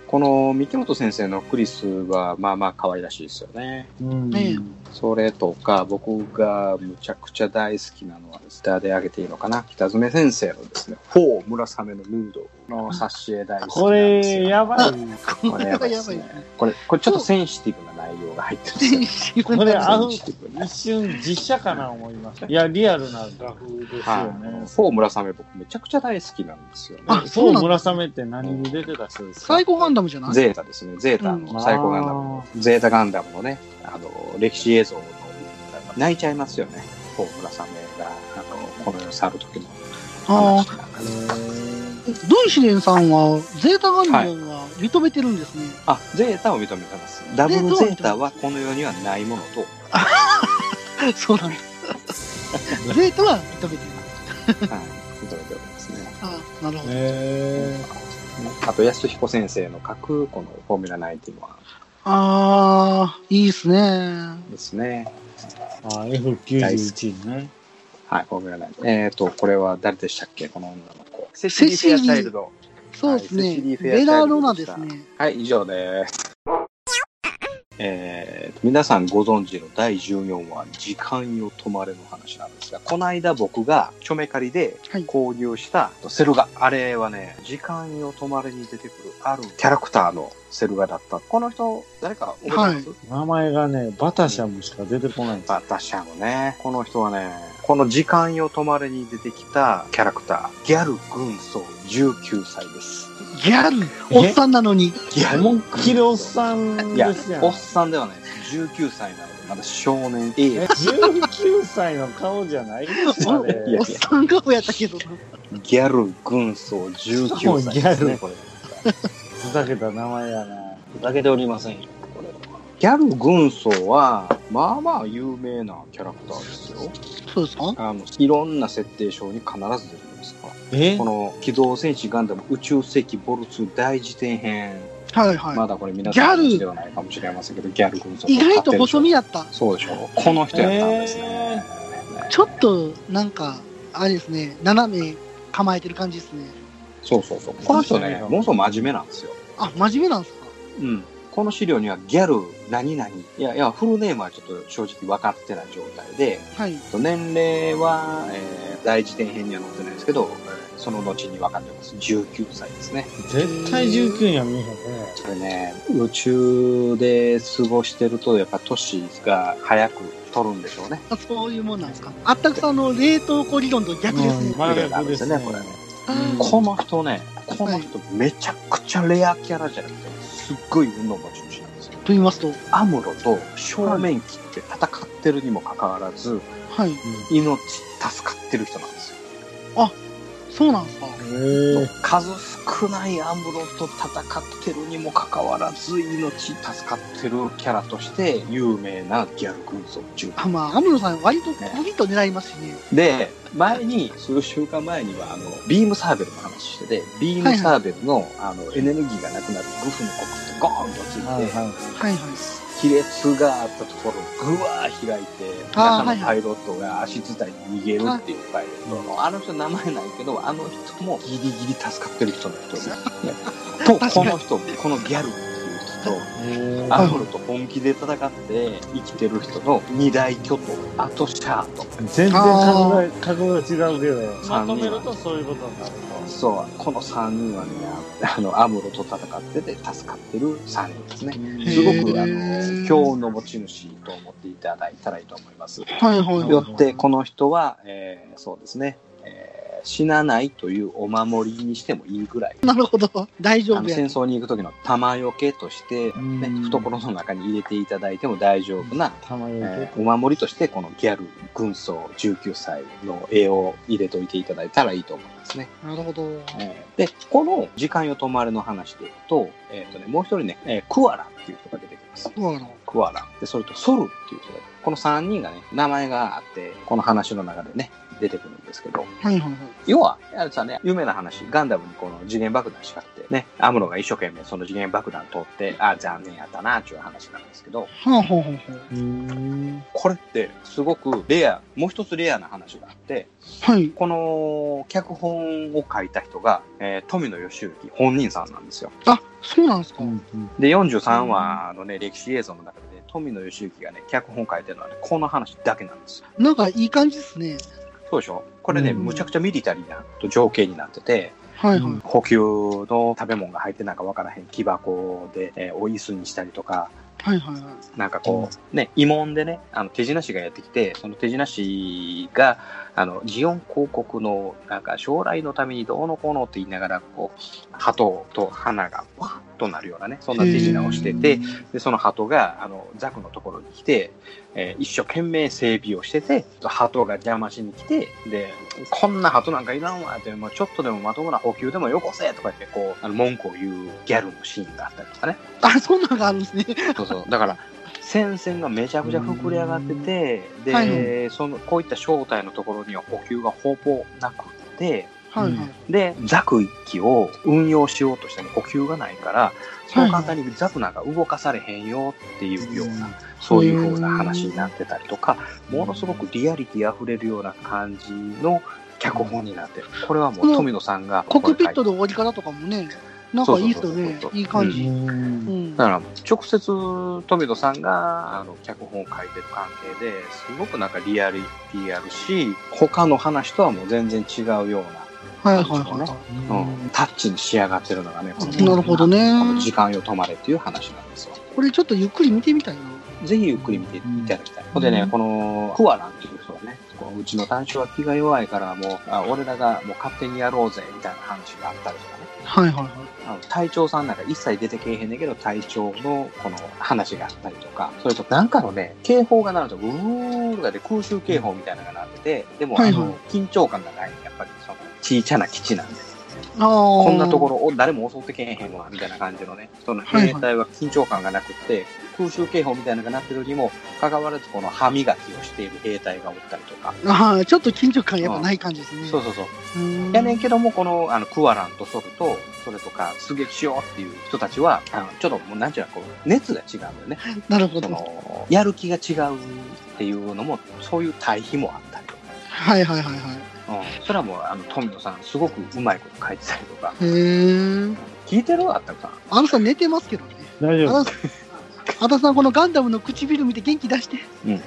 Speaker 3: この三木本先生のクリスは、まあまあ可愛らしいですよね。
Speaker 4: うん
Speaker 2: ね
Speaker 3: それとか、僕がむちゃくちゃ大好きなのは、スターであげていいのかな。北爪先生のですね、フォー村雨のヌードの挿絵大好き
Speaker 4: こ
Speaker 3: なん
Speaker 4: れ
Speaker 3: ですよ。
Speaker 4: やばい。
Speaker 3: これやばいです
Speaker 2: これやばい
Speaker 3: ね。これ、これちょっとセンシティブな内容が入ってるんですよ。
Speaker 4: これあの
Speaker 3: センシティブな
Speaker 4: 一瞬実写かな思いました。いやリアルな画風ですよ
Speaker 3: は
Speaker 4: ね
Speaker 3: い。。フォー村雨僕めちゃくちゃ大好きなんですよね。
Speaker 2: あそ
Speaker 4: そうう
Speaker 2: なんだ
Speaker 4: 村雨って何に出てた人ですか。
Speaker 2: サイコガンダムじゃない
Speaker 3: ゼータですね。ゼータ
Speaker 2: う
Speaker 3: の最高ガンダムの、ゼータガンダムのね、あの、歴史映像の、泣いちゃいますよね。フォー村雨が、あの、この世を去る時の
Speaker 2: あ
Speaker 3: 話なんかね。
Speaker 2: ドンシレンさんは、ゼータガンダムは認めてるんですね。
Speaker 3: あ、ゼータを認めてます。ダブルゼータはこの世にはないものと、
Speaker 2: そうなんです。ゼータは認めてる。
Speaker 3: はい、認めておりますね。
Speaker 2: ああ、なるほど。
Speaker 4: え
Speaker 3: あと、安彦先生の書く、このフォーミュラ19は
Speaker 2: ああ、いいですね。
Speaker 3: ですね。
Speaker 4: ー、あ F91 ね。
Speaker 3: はい、フォーミュラ19。えっ、ー、と、これは誰でしたっけこの女の子。セ
Speaker 2: シリーフェアチャイル
Speaker 3: ド。
Speaker 2: そうです
Speaker 3: はいセシリ
Speaker 2: ね。
Speaker 3: ーフェアチャ
Speaker 2: ベ
Speaker 3: イルドでした
Speaker 2: ラロナですね。
Speaker 3: はい、以上です。えー、皆さんご存知の第14話、時間よ止まれの話なんですが、この間僕がチョメカリで
Speaker 2: はい
Speaker 3: 購入したセルガ、あれはね、時間よ止まれに出てくるあるキャラクターのセル画だった。この人、誰か覚えてます、
Speaker 4: 名前がね、バタシャムしか出てこないんですよ。
Speaker 3: バタシャムね。この人はね、この時間よ止まれに出てきたキャラクター、ギャル軍曹19歳です。
Speaker 2: ギャル、おっさんなのに。
Speaker 3: ギャ
Speaker 4: 思いっきりおっさん
Speaker 3: いや
Speaker 4: ですや、ん。
Speaker 3: おっさんではないです。19歳なので、まだ少年。い
Speaker 4: え19歳の顔じゃないですかね。
Speaker 3: いや
Speaker 2: おっさん顔やったけどな。
Speaker 3: ギャル軍曹19歳です
Speaker 4: もうギャ
Speaker 3: ね、
Speaker 4: ル
Speaker 3: これ。
Speaker 4: ふざけた名前やな。
Speaker 3: ふざけておりませんよ、これは。ギャル軍曹は、まあまあ有名なキャラクターですよ。
Speaker 2: そうですか
Speaker 3: あの、いろんな設定書に必ず出てきますから。
Speaker 4: え
Speaker 3: この機動戦士ガンダム宇宙世紀ボルツ大辞典編、
Speaker 2: はいは
Speaker 3: まだこれ皆
Speaker 2: ギャ
Speaker 3: さ
Speaker 2: ル
Speaker 3: んの話ではないかもしれませんけど、ギャル軍曹
Speaker 2: い。意外と細身やった。
Speaker 3: そうでしょこの人やったんですね。
Speaker 2: ちょっと、なんか、あれですね、斜め構えてる感じですね。
Speaker 3: そうそうそう。この人ね、ものすごく真面目なんですよ。
Speaker 2: あ、真面目なんですか
Speaker 3: うん。この資料にはギャル何々、いやいや、フルネームはちょっと正直分かってない状態で、
Speaker 2: はい。
Speaker 3: 年齢は、えー第一点編には載ってないですけど、えーその後に分かってます。19歳ですね。
Speaker 4: 絶対19には見えへんね。
Speaker 3: これね、宇宙で過ごしてると、やっぱ年が早く取るんでしょうね。
Speaker 2: あそういうもんなんですか。あったくさんの冷凍庫理論と逆ですね。
Speaker 4: まあ
Speaker 3: 綺麗なんですね
Speaker 4: ですね
Speaker 3: これね
Speaker 2: あー
Speaker 3: この人ね、この人めちゃくちゃレアキャラじゃなくて、すっごい運動持ち主なんですよ。
Speaker 2: と言いますと、
Speaker 3: アムロと正面切って戦ってるにもかかわらず、
Speaker 2: はい。
Speaker 3: 命助かってる人なんですよ。
Speaker 2: そうなんですか。
Speaker 4: へえ。
Speaker 3: 数少ないアムロと戦ってるにもかかわらず命助かってるキャラとして有名なギャル軍曹中
Speaker 2: あまあ、アムロさん、割と小人狙いますしね。
Speaker 3: で前に数週間前にはあのビームサーベルの話しててビームサーベルの,、あのエネルギーがなくなるグフのコクってゴーンとついて、
Speaker 4: はいはい。
Speaker 2: はいはい。
Speaker 3: 亀裂があったところをぐわー開いて
Speaker 2: あー
Speaker 3: 中のパイロットが足伝いに逃げるっていうパイロットのあの人名前ないけどあの人もギリギリ助かってる人の人ですねと
Speaker 2: かに
Speaker 3: この人このギャルっていう人とアムロと本気で戦って生きてる人の二大巨頭あとシャアと
Speaker 4: 全然格が格が違うけど、ま
Speaker 3: 三人は
Speaker 4: とめるとそういうことになる
Speaker 3: そうこの3人はねあ のアムロと戦ってて助かってる3人ですね
Speaker 4: と。
Speaker 3: すごくあ
Speaker 2: へー
Speaker 3: の強運の持ち主と思っていただいたらいいと思います
Speaker 2: はいはいはい。
Speaker 3: よってこの人は、えーそうですね、えー死なないというお守りにしてもいいぐらい
Speaker 2: なるほど。大丈
Speaker 3: あ
Speaker 2: 夫
Speaker 3: の
Speaker 2: や。
Speaker 3: 戦争に行く時の玉よけとして、ね
Speaker 4: うん、
Speaker 3: 懐の中に入れていただいても大丈夫な、
Speaker 4: たまに
Speaker 3: え
Speaker 4: 受け
Speaker 3: ーお守りとしてこのギャル軍曹19歳の絵を入れておいていただいたらいいと思いますね。
Speaker 2: なるほど。
Speaker 3: えーで、この時間よ止まれの話でいくと、えっ、とね、もう一人ね、えークアラっていう人が出てきます。
Speaker 2: そうなの。
Speaker 3: クアラでそれとソルっていう人がこの3人がね名前があってこの話の中でね出てくるんですけど
Speaker 2: はいはいはい。
Speaker 3: 要はあれさね有名な話ガンダムにこの次元爆弾仕掛けてねアムロが一生懸命その次元爆弾通ってあ残念やったなっていう話なんですけど
Speaker 2: はあ、ほうほうほう。
Speaker 4: うん
Speaker 3: これってすごくレアもう一つレアな話があって
Speaker 2: はい。
Speaker 3: この脚本を書いた人が、えー富野義行本人さんなんですよ
Speaker 2: あ、そうなんですか。
Speaker 3: で43話のね歴史映像の中で、ね、富野義行がね脚本書いてるのはねこの話だけなんですよ
Speaker 2: なんかいい感じですね。
Speaker 3: そうでしょこれね、
Speaker 4: うん
Speaker 3: むちゃくちゃミリタリーな情景になってて、
Speaker 2: はいは
Speaker 4: う
Speaker 2: い。
Speaker 3: 補給の食べ物が入ってなんかわからへん木箱で、えーお椅子にしたりとか、
Speaker 2: はいはいはい。
Speaker 3: なんかこう、ね、慰問でね、あの、手品師がやってきて、その手品師が、あの、ジオン広告の、なんか将来のためにどうのこうのって言いながら、こう、鳩と花がわーっとなるようなね、そんな手品をしてて、で、その鳩が、あの、ザクのところに来て、えー一生懸命整備をしてて、鳩が邪魔しに来て、で、こんな鳩なんかいらんわって、もうちょっとでもまともな補給でもよこせとか言って、こう、あの、文句を言うギャルのシーンがあったりとかね。
Speaker 2: あ、そんなのがあるんですね。
Speaker 3: そうそう。だから、戦線がめちゃくちゃ膨れ上がってて、で、
Speaker 2: はい
Speaker 3: その、こういった正体のところには補給がほぼなくて、
Speaker 2: はいはい。
Speaker 3: で、ザク一機を運用しようとしても補給がないから、そう簡単にザクなんか動かされへんよっていうような、そういう風な話になってたりとか、ものすごくリアリティ溢れるような感じの脚本になってる。これはもう富野さんが。
Speaker 2: コックピットの終わり方とかもね、なんかいいっすよね
Speaker 3: そうそうそう。そう
Speaker 2: いい感じ。
Speaker 4: うん
Speaker 2: うん
Speaker 3: だから直接富野さんがあの脚本を書いてる関係ですごくなんかリアリティあるし他の話とはもう全然違うような
Speaker 2: はいはいはいは
Speaker 3: うん、タッチに仕上がってるのがね、この
Speaker 2: い。なるほどね。
Speaker 3: この時間よ止まれっていう話なんですよ。
Speaker 2: これちょっとゆっくり見てみたいな。
Speaker 3: ぜひゆっくり見ていただきたい。ほんでね、このクアランっていう人がね、こううちの短所は気が弱いからもう、あ俺らがもう勝手にやろうぜみたいな話があったりとかね。
Speaker 2: はいはいはい。
Speaker 3: あの隊長さんなんか一切出てけえへんねんけど、隊長のこの話があったりとか、それとなんかのね、警報が鳴ると、うーんとかで空襲警報みたいなのが鳴ってて、でも、
Speaker 2: はい
Speaker 3: あ
Speaker 2: はい
Speaker 3: の、緊張感がない、やっぱりその、小さな基地なんで。
Speaker 2: ああ。
Speaker 3: こ
Speaker 2: こ
Speaker 3: んなところを誰も襲ってけえへんわ、みたいな感じのね、その
Speaker 2: はいはい
Speaker 3: 兵隊は緊張感がなくって、空襲警報みたいなのが鳴ってるにも、かかわらずこの歯磨きをしている兵隊がおったりとか、
Speaker 2: ああ、ちょっと緊張感やっぱない感じですね。
Speaker 3: そうそうそう。
Speaker 2: うん
Speaker 3: やねんけども、この、あの、クワランとソルと、それとか、出撃しようっていう人たちは、あのちょっともう、なんちゅうの、こう、熱が違うんだよね。
Speaker 2: なるほ
Speaker 3: そ
Speaker 2: ど。
Speaker 3: の、やる気が違うっていうのも、そういう対比もあったりとか。
Speaker 2: はいはいはいは
Speaker 3: うん、それはもう、あの、富野さん、すごくうまいこと書いてたりとか。
Speaker 2: い。へえ。
Speaker 3: 聞いてるあったくさん。
Speaker 2: あのさん寝てますけどね。
Speaker 4: 大丈
Speaker 2: あ
Speaker 4: 夫
Speaker 2: のあたさん、このガンダムの唇見て元気出して。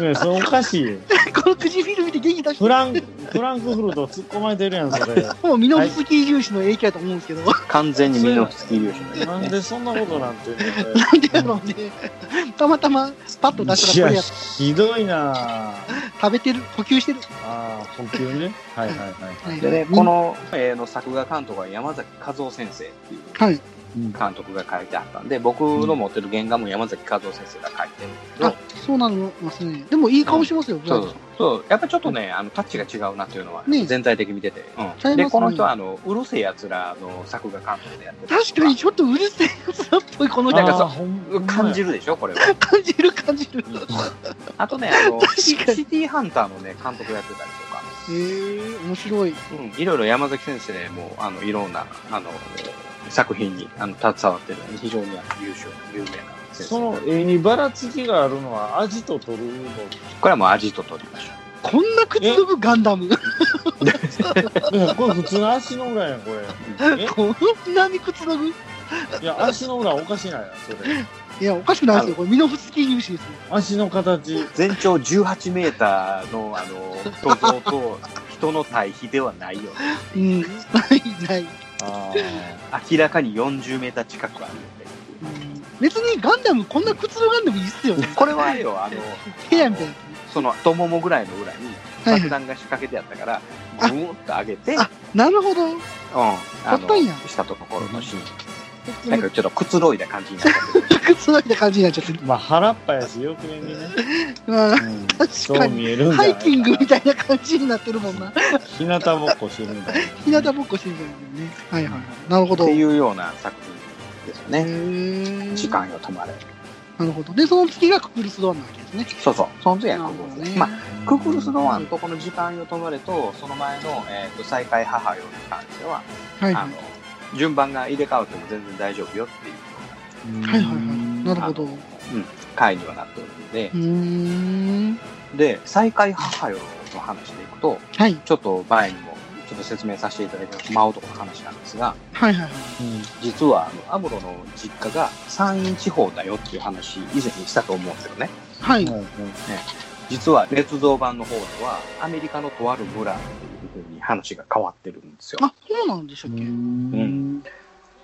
Speaker 4: ねそれおかしい。
Speaker 2: この唇見て元気出して
Speaker 4: フ。ラン、フランクフルト突っ込まれてるやん、それ。
Speaker 2: もうミノフスキー粒子の影響やと思うんですけど。
Speaker 3: 完全にミノフスキー粒子
Speaker 4: な
Speaker 3: の
Speaker 4: ん
Speaker 3: ね。
Speaker 4: でそんなことなんていうの
Speaker 2: なんでやろうね。たまたまパッと出し
Speaker 4: い
Speaker 2: たらこれ
Speaker 4: や、
Speaker 2: やった
Speaker 4: ひどいなあ
Speaker 2: 食べてる、補給してる。
Speaker 4: あー、補給ね。はいはいはい。
Speaker 2: はい
Speaker 3: でね、こ、の絵の作画監督は山崎和夫先生っていう
Speaker 2: はい。
Speaker 3: 監督が書いてあったんで、僕の持ってる原画も山崎和夫先生が書いてるんだけど、
Speaker 2: あ、そうなりますね。でもいい顔しますよ、ブ
Speaker 3: そ
Speaker 2: ラ
Speaker 3: う
Speaker 2: ウ
Speaker 3: そうそうやっぱちょっとね、あのタッチが違うなっていうのは、
Speaker 2: ね
Speaker 3: 全体的に見てて、
Speaker 2: ちゃいますね
Speaker 3: でこの人はあの「うるせえやつら」の作画監督でやってる
Speaker 2: 確かにちょっとうるせえやつらっぽいこの
Speaker 3: なんかそう
Speaker 4: あーほんまや
Speaker 3: 感じるでしょこれは
Speaker 2: 感じる感じる。
Speaker 3: あとねあのシ
Speaker 2: 確かに
Speaker 3: ティハンターのね監督やってたりとか、
Speaker 2: ええ面白い。
Speaker 3: うん、いろいろ山崎先生もあのいろんなあの作品にあの携わってる非常にあの優秀な有名な先
Speaker 4: そ
Speaker 3: 生
Speaker 4: の絵にばらつきがあるのは、アジと取るの。
Speaker 3: これはもうアジト取りましょ
Speaker 2: こんな靴飛ぶガンダム。
Speaker 4: いや、これ普通の足の裏やん、これ。
Speaker 2: こんなに靴飛ぶ
Speaker 4: えいや、足の裏おかしないやん、それ。
Speaker 2: いや、おかしくないですよ。これミノフスキー粒子ですよ。
Speaker 4: 足の形。
Speaker 3: う全長18メーターのあの巨像と人の対比ではないよね
Speaker 2: うん。 ない、ない。
Speaker 4: あ
Speaker 3: 明らかに40メーター近くあるよ
Speaker 2: う
Speaker 3: ね。
Speaker 2: ん別にガンダム、こんな靴のガンダムいいっすよね。
Speaker 3: これはあれよ、あの、
Speaker 2: 部屋みたいな。
Speaker 3: その太ももぐらいの裏に
Speaker 2: はい
Speaker 3: 爆弾が仕掛けてあったから、ぐーっと上げて、うん、
Speaker 2: あなるほど。
Speaker 3: あ
Speaker 2: ほっとんや
Speaker 3: の、したところのシーン。なんかちょっとくつろいだ感じになったけど。
Speaker 2: 靴のみたいな感じになっちゃってる。
Speaker 4: あ。まあ、腹っぱやし、よく見にね。
Speaker 2: まあ
Speaker 4: うん
Speaker 2: 確
Speaker 4: そ
Speaker 2: か
Speaker 4: う
Speaker 2: に。
Speaker 4: 見えるんじゃ
Speaker 2: ハ
Speaker 4: ない
Speaker 2: イ
Speaker 4: かな
Speaker 2: キングみたいな感じになってるもんな。
Speaker 4: 日向ぼっこしてるんだ。
Speaker 2: 日向ぼっこしてるんじゃないんだよね。はいはいはい。なるほ
Speaker 3: って
Speaker 2: ど。へ
Speaker 3: いうような作品ですよね。
Speaker 2: ー
Speaker 3: 時間よ止まれ。
Speaker 2: なるほど。で、その月がククルスドアンなわけですね。
Speaker 3: そうそう。その次
Speaker 2: な
Speaker 3: は
Speaker 2: る
Speaker 3: ク
Speaker 2: ほ
Speaker 3: ク
Speaker 2: ど
Speaker 3: ルス。
Speaker 2: ね。
Speaker 3: まあ、ククルスのワンとこの時間よ止まれと、その前の、えーと、再会母よに関しては、
Speaker 2: はいは
Speaker 3: あ
Speaker 2: い
Speaker 3: の、順番が入れ替わっても全然大丈夫よっていうような
Speaker 2: はいはいはい。なるほど。う
Speaker 3: 回にはなっておるので、
Speaker 2: ーん。
Speaker 3: で、再会母よの話でいくと、
Speaker 2: はい。
Speaker 3: ちょっと前にもちょっと説明させていただきます、魔男の話なんですが、
Speaker 2: はいはいはい。
Speaker 3: 実はあの、アムロの実家が山陰地方だよっていう話、以前にしたと思うんですよね。
Speaker 2: はい。
Speaker 4: はいはい
Speaker 3: 実は、捏造版の方では、アメリカのとある村っていう風に話が変わってるんですよ。
Speaker 2: あ、そうなんでしたっけ
Speaker 4: うん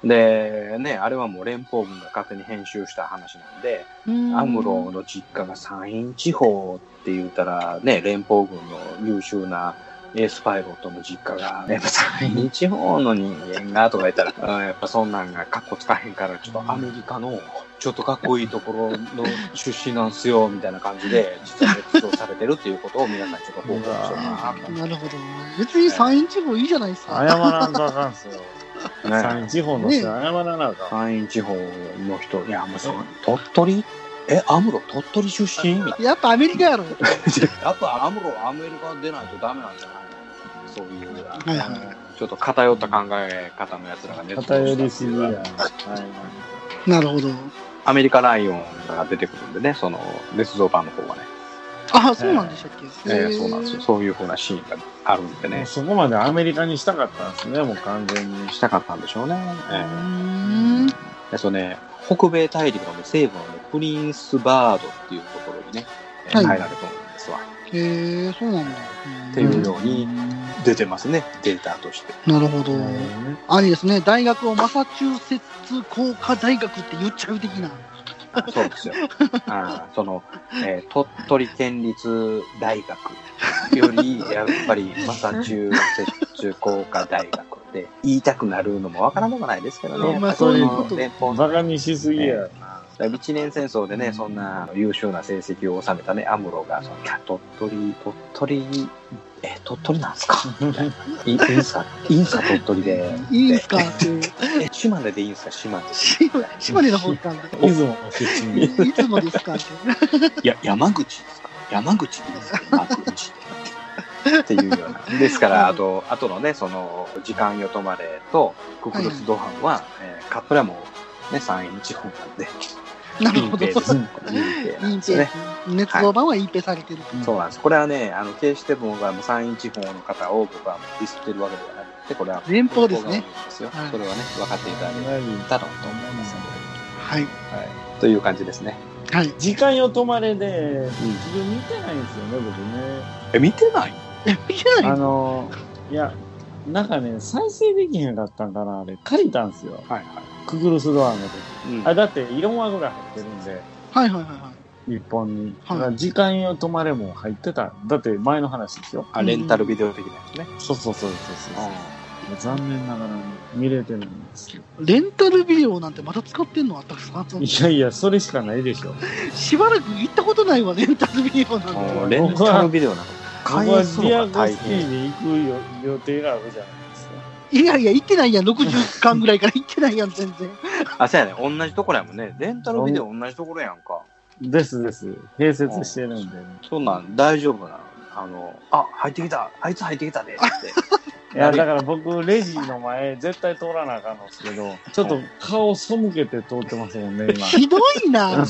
Speaker 3: で、ね、あれはもう連邦軍が勝手に編集した話なんで、
Speaker 2: うーん
Speaker 3: アムロの実家が山陰地方って言ったら、ね、連邦軍の優秀なエースパイロットの実家が、ね、山陰地方の人間がとか言ったら、 うんやっぱそんなんがかっこつかへんから、ちょっとアメリカの、ちょっとかっこいいところの出身なんすよ、みたいな感じで、実は熱動されてるっていうことを皆さんちょっと報告しようかなと
Speaker 2: なるほど。別に山陰地方いいじゃないです
Speaker 4: 謝
Speaker 2: か。
Speaker 4: らんとあかんっすよ。
Speaker 3: ね
Speaker 4: 山陰地方の人、謝らなあかん。
Speaker 3: 山陰地方の人、いや、もうそう、鳥取え、アムロ鳥取出身みたいな
Speaker 2: やっぱアメリカやろ。
Speaker 3: やっぱアムロはアメリカ出ないとダメなんじゃないのそういう、
Speaker 2: いはいは
Speaker 3: ちょっと偏った考え方のやつらがね、
Speaker 4: 偏りすぎや。
Speaker 3: そう
Speaker 4: はい
Speaker 2: なるほど。
Speaker 3: アメリカライオンが出てくるんでね、その、熱造版の方がね、
Speaker 2: あ、そうなんでしたっけ。
Speaker 3: えーそうなんですよ。
Speaker 2: へー。
Speaker 3: そういうふうなシーンがあるんで
Speaker 4: もう
Speaker 3: ね、
Speaker 4: そこまでアメリカにしたかったんですね、もう完全に。
Speaker 3: したかったんでしょうね。え
Speaker 2: うー
Speaker 3: ー
Speaker 2: ん。
Speaker 3: でそうね、北米大陸の、ね、西部の、ね、プリンスバードっていうところにね、えー
Speaker 2: はい
Speaker 3: 入られてるんですわ。
Speaker 2: へえ、そうなんだ。っ
Speaker 3: っていうように、出てますね、データとして。
Speaker 2: なるほど。ありですね。大学をマサチューセッツ工科大学って言っちゃう的な。
Speaker 3: そうですよ。あーその、えー鳥取県立大学より、やっぱりマサチューセッツ工科大学って言いたくなるのもわからなくないですけどね。
Speaker 2: まあ
Speaker 3: やっぱり
Speaker 2: そういうこと
Speaker 3: 連邦
Speaker 1: バカにしすぎや。
Speaker 3: だから一年戦争でね、そんなあの優秀な成績を収めたね、アムロが、そのいや鳥取、鳥取、え、鳥取なんすかみたいな。いいいんすかいいんすか鳥取で。
Speaker 2: いいんすかっていう。
Speaker 3: でえ、島根でいいんすか島根で。
Speaker 2: し島根の方か
Speaker 1: 出雲の出身
Speaker 2: いつもですかって。
Speaker 3: いや、山口ですか山口でいいんすか山口で。っていうような。ですから、あと、あとのね、その、時間よとまれと、ククルス・ドハンは、えーカップラも、ね、山陰地方なんで、
Speaker 2: なる
Speaker 3: 隠
Speaker 2: ほど。
Speaker 3: 蔽です。
Speaker 2: 隠
Speaker 3: 隠蔽なんです
Speaker 2: 蔽
Speaker 3: ね。。
Speaker 2: 熱造版は隠蔽されてる。
Speaker 3: そうなんです。これはね、あの、決して僕は山陰地方の方を僕はディスってるわけではなくて、これは
Speaker 2: 連邦ですね
Speaker 3: 連邦が多いんですよ
Speaker 2: はい
Speaker 3: それはね、分かっていただいたろうと思いますの
Speaker 2: はい。
Speaker 3: で。はい。という感じですね。
Speaker 2: はい。
Speaker 1: 時間よ止まれで、結局見てないんですよね、僕ね。
Speaker 3: え、見てない
Speaker 2: え、いけない
Speaker 1: あの、いや、なんかね、再生できへんかったんかな、あれ。借りたんですよ。
Speaker 3: はいは
Speaker 1: クグルスドアの時。
Speaker 3: い。うん
Speaker 1: あ、だって、4話ぐらい入ってるんで、
Speaker 2: はいはいはいは
Speaker 1: 一本に。
Speaker 2: は
Speaker 1: だ
Speaker 2: い
Speaker 1: から時間よ止まれも入ってた。だって、前の話ですよ。
Speaker 3: あ、レンタルビデオ的なやつね。
Speaker 1: そうそうそうそうそう。残念ながら見れてないんですけど。
Speaker 2: い。レンタルビデオなんてまた使ってんのあったくさん。
Speaker 1: いやいや、それしかないでしょ。
Speaker 2: しばらく行ったことないわ、レンタルビデオなん
Speaker 3: あ
Speaker 2: て。
Speaker 3: ーレンタルビデオなの。
Speaker 1: 僕
Speaker 3: 返
Speaker 1: は
Speaker 3: す
Speaker 1: ディア
Speaker 3: のが
Speaker 1: ゴ
Speaker 3: 大
Speaker 1: スキ
Speaker 3: 変。
Speaker 1: ーに行く予予定があるじゃないですか。
Speaker 2: いやいや、行ってないやん。60巻ぐらいから行ってないやん、全 然。
Speaker 3: あ、そうやね。同じところやもんね。レンタルビデオ同じところやんか。
Speaker 1: ですです。併設してるんでね。
Speaker 3: そんなん大丈夫なのあの、あ、入ってきた。あいつ入ってきたで。って。
Speaker 1: いや、だから僕、レジの前、絶対通らなあかんのですけど、ちょっと顔背けて通ってますもんね、 今。
Speaker 2: ひどいな。買いな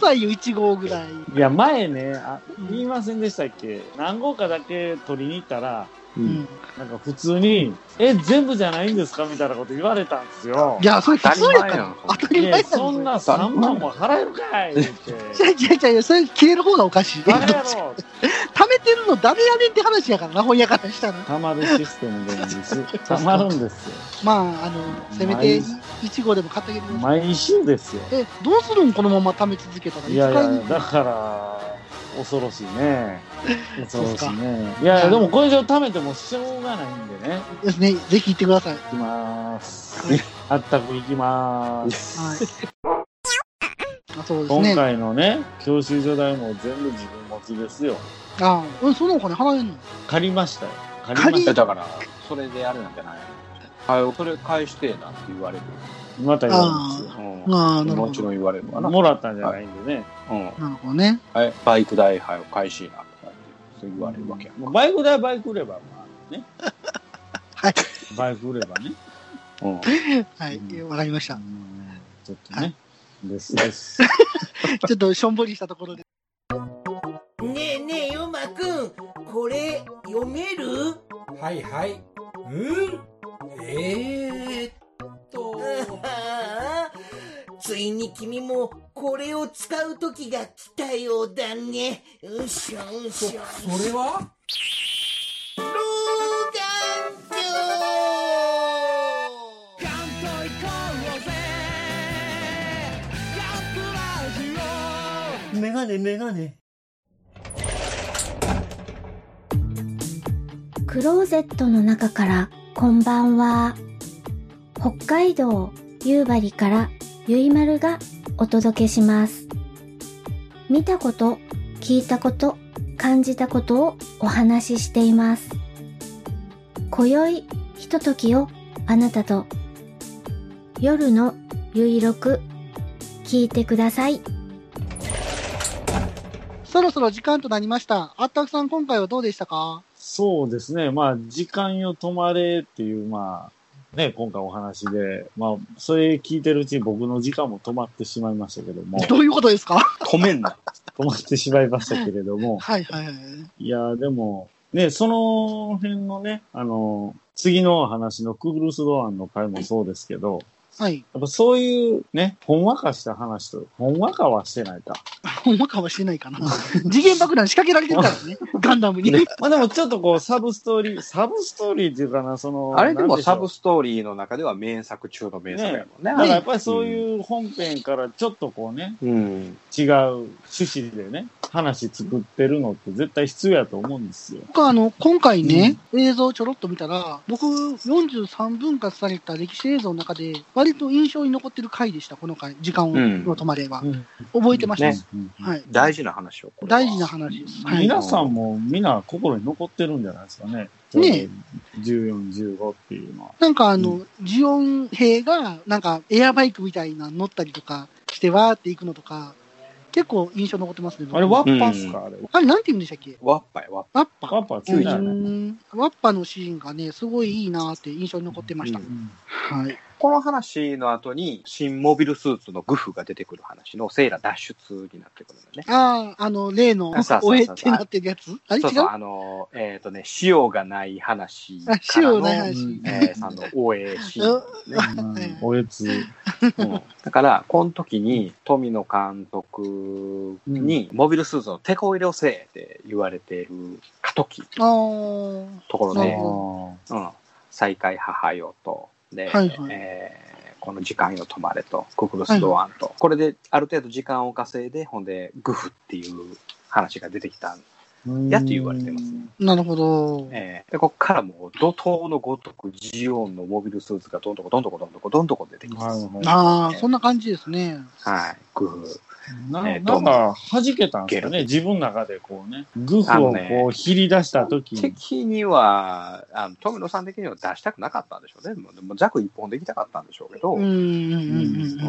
Speaker 2: さいよ、1号ぐらい。
Speaker 1: いや、前ね、あ言いませんでしたっけ何号かだけ取りに行ったら、
Speaker 2: うん。
Speaker 1: なんか普通に、え、全部じゃないんですかみたいなこと言われたんですよ
Speaker 2: い。や、それ普通やから。
Speaker 3: 当
Speaker 2: 当
Speaker 3: た
Speaker 2: た
Speaker 1: い
Speaker 2: り前や
Speaker 1: や、
Speaker 2: ん。
Speaker 1: そんな
Speaker 3: それ
Speaker 1: 3万も払えるかいって言って。
Speaker 2: じゃじゃじゃそれ消える方がおかしい。
Speaker 1: バカ
Speaker 2: 貯
Speaker 1: やろ
Speaker 2: めてるの誰やねんって話やからな、本屋からしたら。
Speaker 1: たまるシステムでいいです。たまるんですよ。
Speaker 2: まあ、あの、せめて1号でも買ってあげてください。
Speaker 1: 毎週ですよ。
Speaker 2: え、どうするんこのまま貯め続けたら。
Speaker 1: いやい
Speaker 2: いつ買
Speaker 1: や
Speaker 2: に行、く
Speaker 1: だから、恐ろしいね。恐ろしいね。い
Speaker 2: じゃ
Speaker 1: や、
Speaker 2: あ
Speaker 1: でもこれ以上貯めてもしょうがないんでね。
Speaker 2: ですね。ぜひ行ってください。
Speaker 1: 行きます。あったく行きます。
Speaker 2: はい。 あそうです
Speaker 1: 今
Speaker 2: ね。
Speaker 1: 回のね、教習所代も全部自分持ちですよ。
Speaker 2: あうん、そのお金払えんの
Speaker 1: 借りましたよ。借りま
Speaker 2: 借
Speaker 1: し
Speaker 2: り
Speaker 1: た
Speaker 3: だから、それであれなんじゃないはい、それ返してなって言われる。
Speaker 1: また言われま
Speaker 3: うん
Speaker 2: ああ、なるほ
Speaker 3: もちろ
Speaker 2: ど。
Speaker 3: ん言われるわ
Speaker 1: す
Speaker 3: な。
Speaker 1: よ。もらったんじゃないんでね。
Speaker 3: うん
Speaker 2: なるほどね。
Speaker 3: はい、バイク代、はい、返しなとかって、そう言われるわけや。
Speaker 1: もうバイク代はバイク売れば、まあね。
Speaker 2: はい。
Speaker 1: バイク売ればね。
Speaker 3: うん。
Speaker 2: はい、
Speaker 1: うん
Speaker 2: わかりまし
Speaker 1: う
Speaker 2: た。
Speaker 1: んちょっと
Speaker 2: は
Speaker 1: ね。ですです。
Speaker 2: ちょっとしょんぼりしたところで。
Speaker 8: ねえねえ、ヨマくん、これ、読める
Speaker 6: はいはいうんえー、っと
Speaker 8: ああついに君も、これを使う時が来たようだね。うしょう
Speaker 6: そそ
Speaker 8: しょ。
Speaker 6: れは
Speaker 8: 老眼鏡メガネメガネ。
Speaker 9: クローゼットの中からこんばんは。北海道夕張からゆいまるがお届けします。見たこと、聞いたこと、感じたことをお話ししています。今宵ひとときをあなたと夜のゆいろく聞いてください。
Speaker 2: そろそろ時間となりました。あったくさん、今回はどうでしたか
Speaker 1: そうですね。まあ、時間よ止まれっていう、まあ、ね、今回お話で、まあ、それ聞いてるうちに僕の時間も止まってしまいましたけど も、
Speaker 2: どういうことですか
Speaker 3: 止めんな。
Speaker 1: 止まってしまいましたけれども、
Speaker 2: はいはいはい。
Speaker 1: いや、でも、ね、その辺のね、あの、次のお話のクグルスドアンの回もそうですけど、
Speaker 2: はい。
Speaker 1: やっぱそういうね、ほんわかした話と、ほんわかはしてないか。
Speaker 2: ほんまかもしれないかな。次元爆弾仕掛けられてるからね、ガンダムに。
Speaker 4: まあでもちょっとこう、サブストーリー、サブストーリーっていうかな、その、
Speaker 3: あれで
Speaker 4: なん
Speaker 3: も
Speaker 4: しょう
Speaker 3: サブストーリーの中では名作中の名作やもんね。
Speaker 4: だからやっぱりそういう本編からちょっとこうね、
Speaker 3: うん。
Speaker 4: 違う趣旨でね、話作ってるのって絶対必要やと思うんですよ。
Speaker 2: 僕はあの、今回ね、映像ちょろっと見たら、僕、43分割された歴史映像の中で、割と印象に残ってる回でした、この回、時間を、
Speaker 3: うん
Speaker 2: の止まれは。
Speaker 4: うん
Speaker 2: 覚えてました、
Speaker 3: ね
Speaker 2: はい。
Speaker 3: 大事な話を。これは
Speaker 2: 大事な話です。はい。
Speaker 4: 皆さんもみんな心に残ってるんじゃないですかね。
Speaker 2: ね
Speaker 4: 14、15っていうのは。
Speaker 2: なんかあの、ジオン兵が、なんかエアバイクみたいなの乗ったりとかして、わーって行くのとか、結構印象残ってますね。僕
Speaker 4: あれ、ワッパっすか、あれ。
Speaker 2: あれ、なんて言うんでしたっけ
Speaker 3: わっぱいわっ
Speaker 2: ワッパ。
Speaker 4: ワッパつ
Speaker 2: う
Speaker 4: いたよね。
Speaker 2: んワッパのシーンがね、すごいいいなーって印象に残ってました。
Speaker 3: うん
Speaker 2: はい。
Speaker 3: この話の後に、新モビルスーツのグフが出てくる話のセイラ脱出になってくるのね。
Speaker 2: ああ、あの、例の
Speaker 3: あそう、そう
Speaker 2: お
Speaker 3: そう
Speaker 2: え
Speaker 3: そう
Speaker 2: ってなってるやつあれ違
Speaker 3: そううそう、あの、えっ、とね、塩がない話から
Speaker 2: あ
Speaker 3: の。、
Speaker 2: 塩の話
Speaker 4: ん。
Speaker 3: えー、あの、応援シーンですね。
Speaker 4: うんおやつ。
Speaker 3: うんだから、この時に、富野監督に、モビルスーツの手こ入れをせえって言われてる過渡期
Speaker 2: あー
Speaker 3: ところ
Speaker 2: な
Speaker 3: で
Speaker 2: る、
Speaker 3: うん、再会母よと、で、
Speaker 2: はいはい
Speaker 3: えーこの時間よ止まれと、ククルスドアンと、これである程度時間を稼いで、ほんで、グフっていう話が出てきた。やと言われてますね
Speaker 2: なるほど。
Speaker 3: えーで、こっからもう怒涛のごとくジオンのモビルスーツがどんどこどんどこどんどこどんどこ出てきます。
Speaker 4: はいは
Speaker 2: ああ、そんな感じですね。
Speaker 3: はい、グフ。
Speaker 4: いな
Speaker 3: えー
Speaker 4: な
Speaker 3: と
Speaker 4: んか、弾けたんですかね、自分の中でこうね、グフを
Speaker 3: あのね
Speaker 4: こう、ひり出した時に。
Speaker 3: 的には、あの、富野さん的には出したくなかったんでしょうね。もうもうザク一本できたかったんでしょうけど、
Speaker 2: うん、うん、うんうんうん。
Speaker 3: で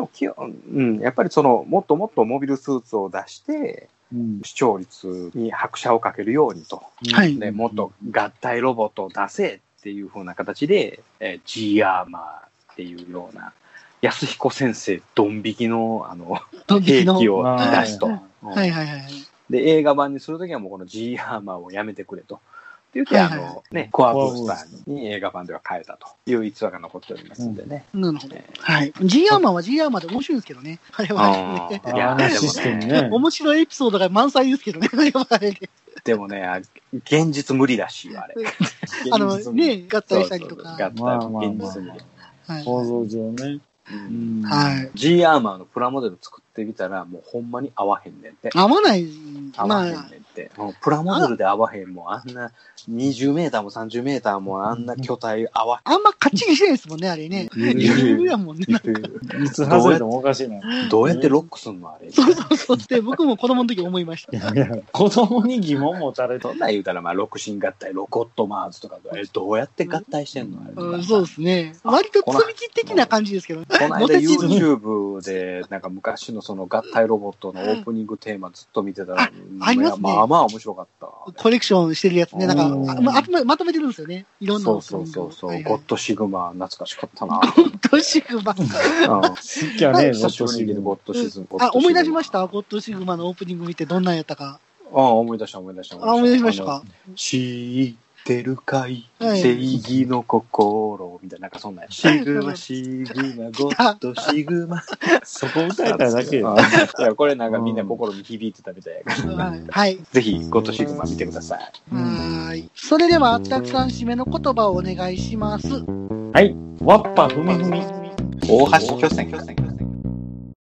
Speaker 3: もきようん、やっぱりその、もっともっとモビルスーツを出して、
Speaker 4: うん
Speaker 3: 視聴率に拍車をかけるようにと、
Speaker 2: はい
Speaker 3: ね、もっと合体ロボットを出せっていう風な形で、えー G アーマーっていうような、安彦先生、ドン引きの、あの、
Speaker 2: ドン
Speaker 3: 兵
Speaker 2: 引きの。
Speaker 3: 器を出すと。
Speaker 2: はい
Speaker 3: うん
Speaker 2: はいはいはい。
Speaker 3: で、映画版にするときはもうこの G アーマーをやめてくれと。って言って、
Speaker 2: はいはい
Speaker 3: あの、ね、コアブースターに映画版では変えたという逸話が残っておりますんでね。
Speaker 2: なるほど。はい。G アーマーは G アーマーで面白いですけどね。あれは、ね。
Speaker 3: うん
Speaker 4: いや、あのシステムね。
Speaker 2: 面白いエピソードが満載ですけどね。あれはあれで
Speaker 3: でもね、あ現実無理らしいよ、あれ。
Speaker 2: あの、
Speaker 3: 現実無理
Speaker 2: ね、合
Speaker 3: そう
Speaker 2: 体したりとか。
Speaker 3: そうそう合体も現実無理。
Speaker 2: はい
Speaker 4: 構造上ね。
Speaker 3: うん
Speaker 2: はい。
Speaker 3: G アーマーのプラモデル作ってみたら、もうほんまに合わへんねんって。
Speaker 2: 合わない。
Speaker 3: 合
Speaker 2: ま
Speaker 3: わへん
Speaker 2: あ、
Speaker 3: ねんって。もうプラモデルで合わへんもん。あんな20メーターも30メーターもあんな巨体合わ
Speaker 2: あんまかっちりしないですもんね、あれね。
Speaker 3: へん。
Speaker 2: ゆるゆるや もんね。
Speaker 4: いつ外れてもおかしいな。
Speaker 3: どうやってロックすんのあれ。
Speaker 2: そうそうそうって、僕も子供の時思いました。
Speaker 4: いや子供に疑問持たれて
Speaker 3: そんなん言うたら、まあ、ロクシン合体、ロコットマーズとか、えどうやって合体してんのあれとか
Speaker 2: うん、そうですね。割と積み木的な感じですけど、
Speaker 3: この間
Speaker 2: 私
Speaker 3: YouTube で、なんか昔のその合体ロボットのオープニングテーマずっと見てたら、
Speaker 2: ありますね
Speaker 3: まあまあ面白かった。
Speaker 2: コレクションしてるやつね。なんか、
Speaker 3: うん
Speaker 2: あまあままとめてるんですよね。いろんな
Speaker 3: そう
Speaker 2: オープニン
Speaker 3: そう
Speaker 2: グ
Speaker 3: そ
Speaker 2: を
Speaker 3: うそう、
Speaker 2: はいは
Speaker 3: ゴ
Speaker 2: い
Speaker 3: ッドシグマ懐かしかっ た
Speaker 2: ゴ
Speaker 3: な。
Speaker 2: ッドシグマ。
Speaker 3: うん
Speaker 4: 好きやね、
Speaker 3: 久しぶりに見るゴッドシズン。。
Speaker 2: あ、思い出しましたたゴッドシグマのオープニング見てどんなんやったか。
Speaker 3: あ思い出した、思い出した。
Speaker 2: あ、思い出しましたか。
Speaker 3: あの。知ってるかい、
Speaker 2: はい
Speaker 3: 正義の心みたいな、なんかそんなやつ。シグマ、シグ マ、ゴッドシグマ。
Speaker 4: そこ歌えただけ
Speaker 3: う
Speaker 4: よ。
Speaker 3: んいや、これなんかみんな心に響いてたみたいやから。
Speaker 2: はい。はい。
Speaker 3: ぜひ、ゴッドシグマ見てください。
Speaker 2: はーいそれでは、あったくさん締めの言葉をお願いします。
Speaker 4: はい。わっぱふみふみ。
Speaker 3: 大橋巨泉、巨泉、巨泉。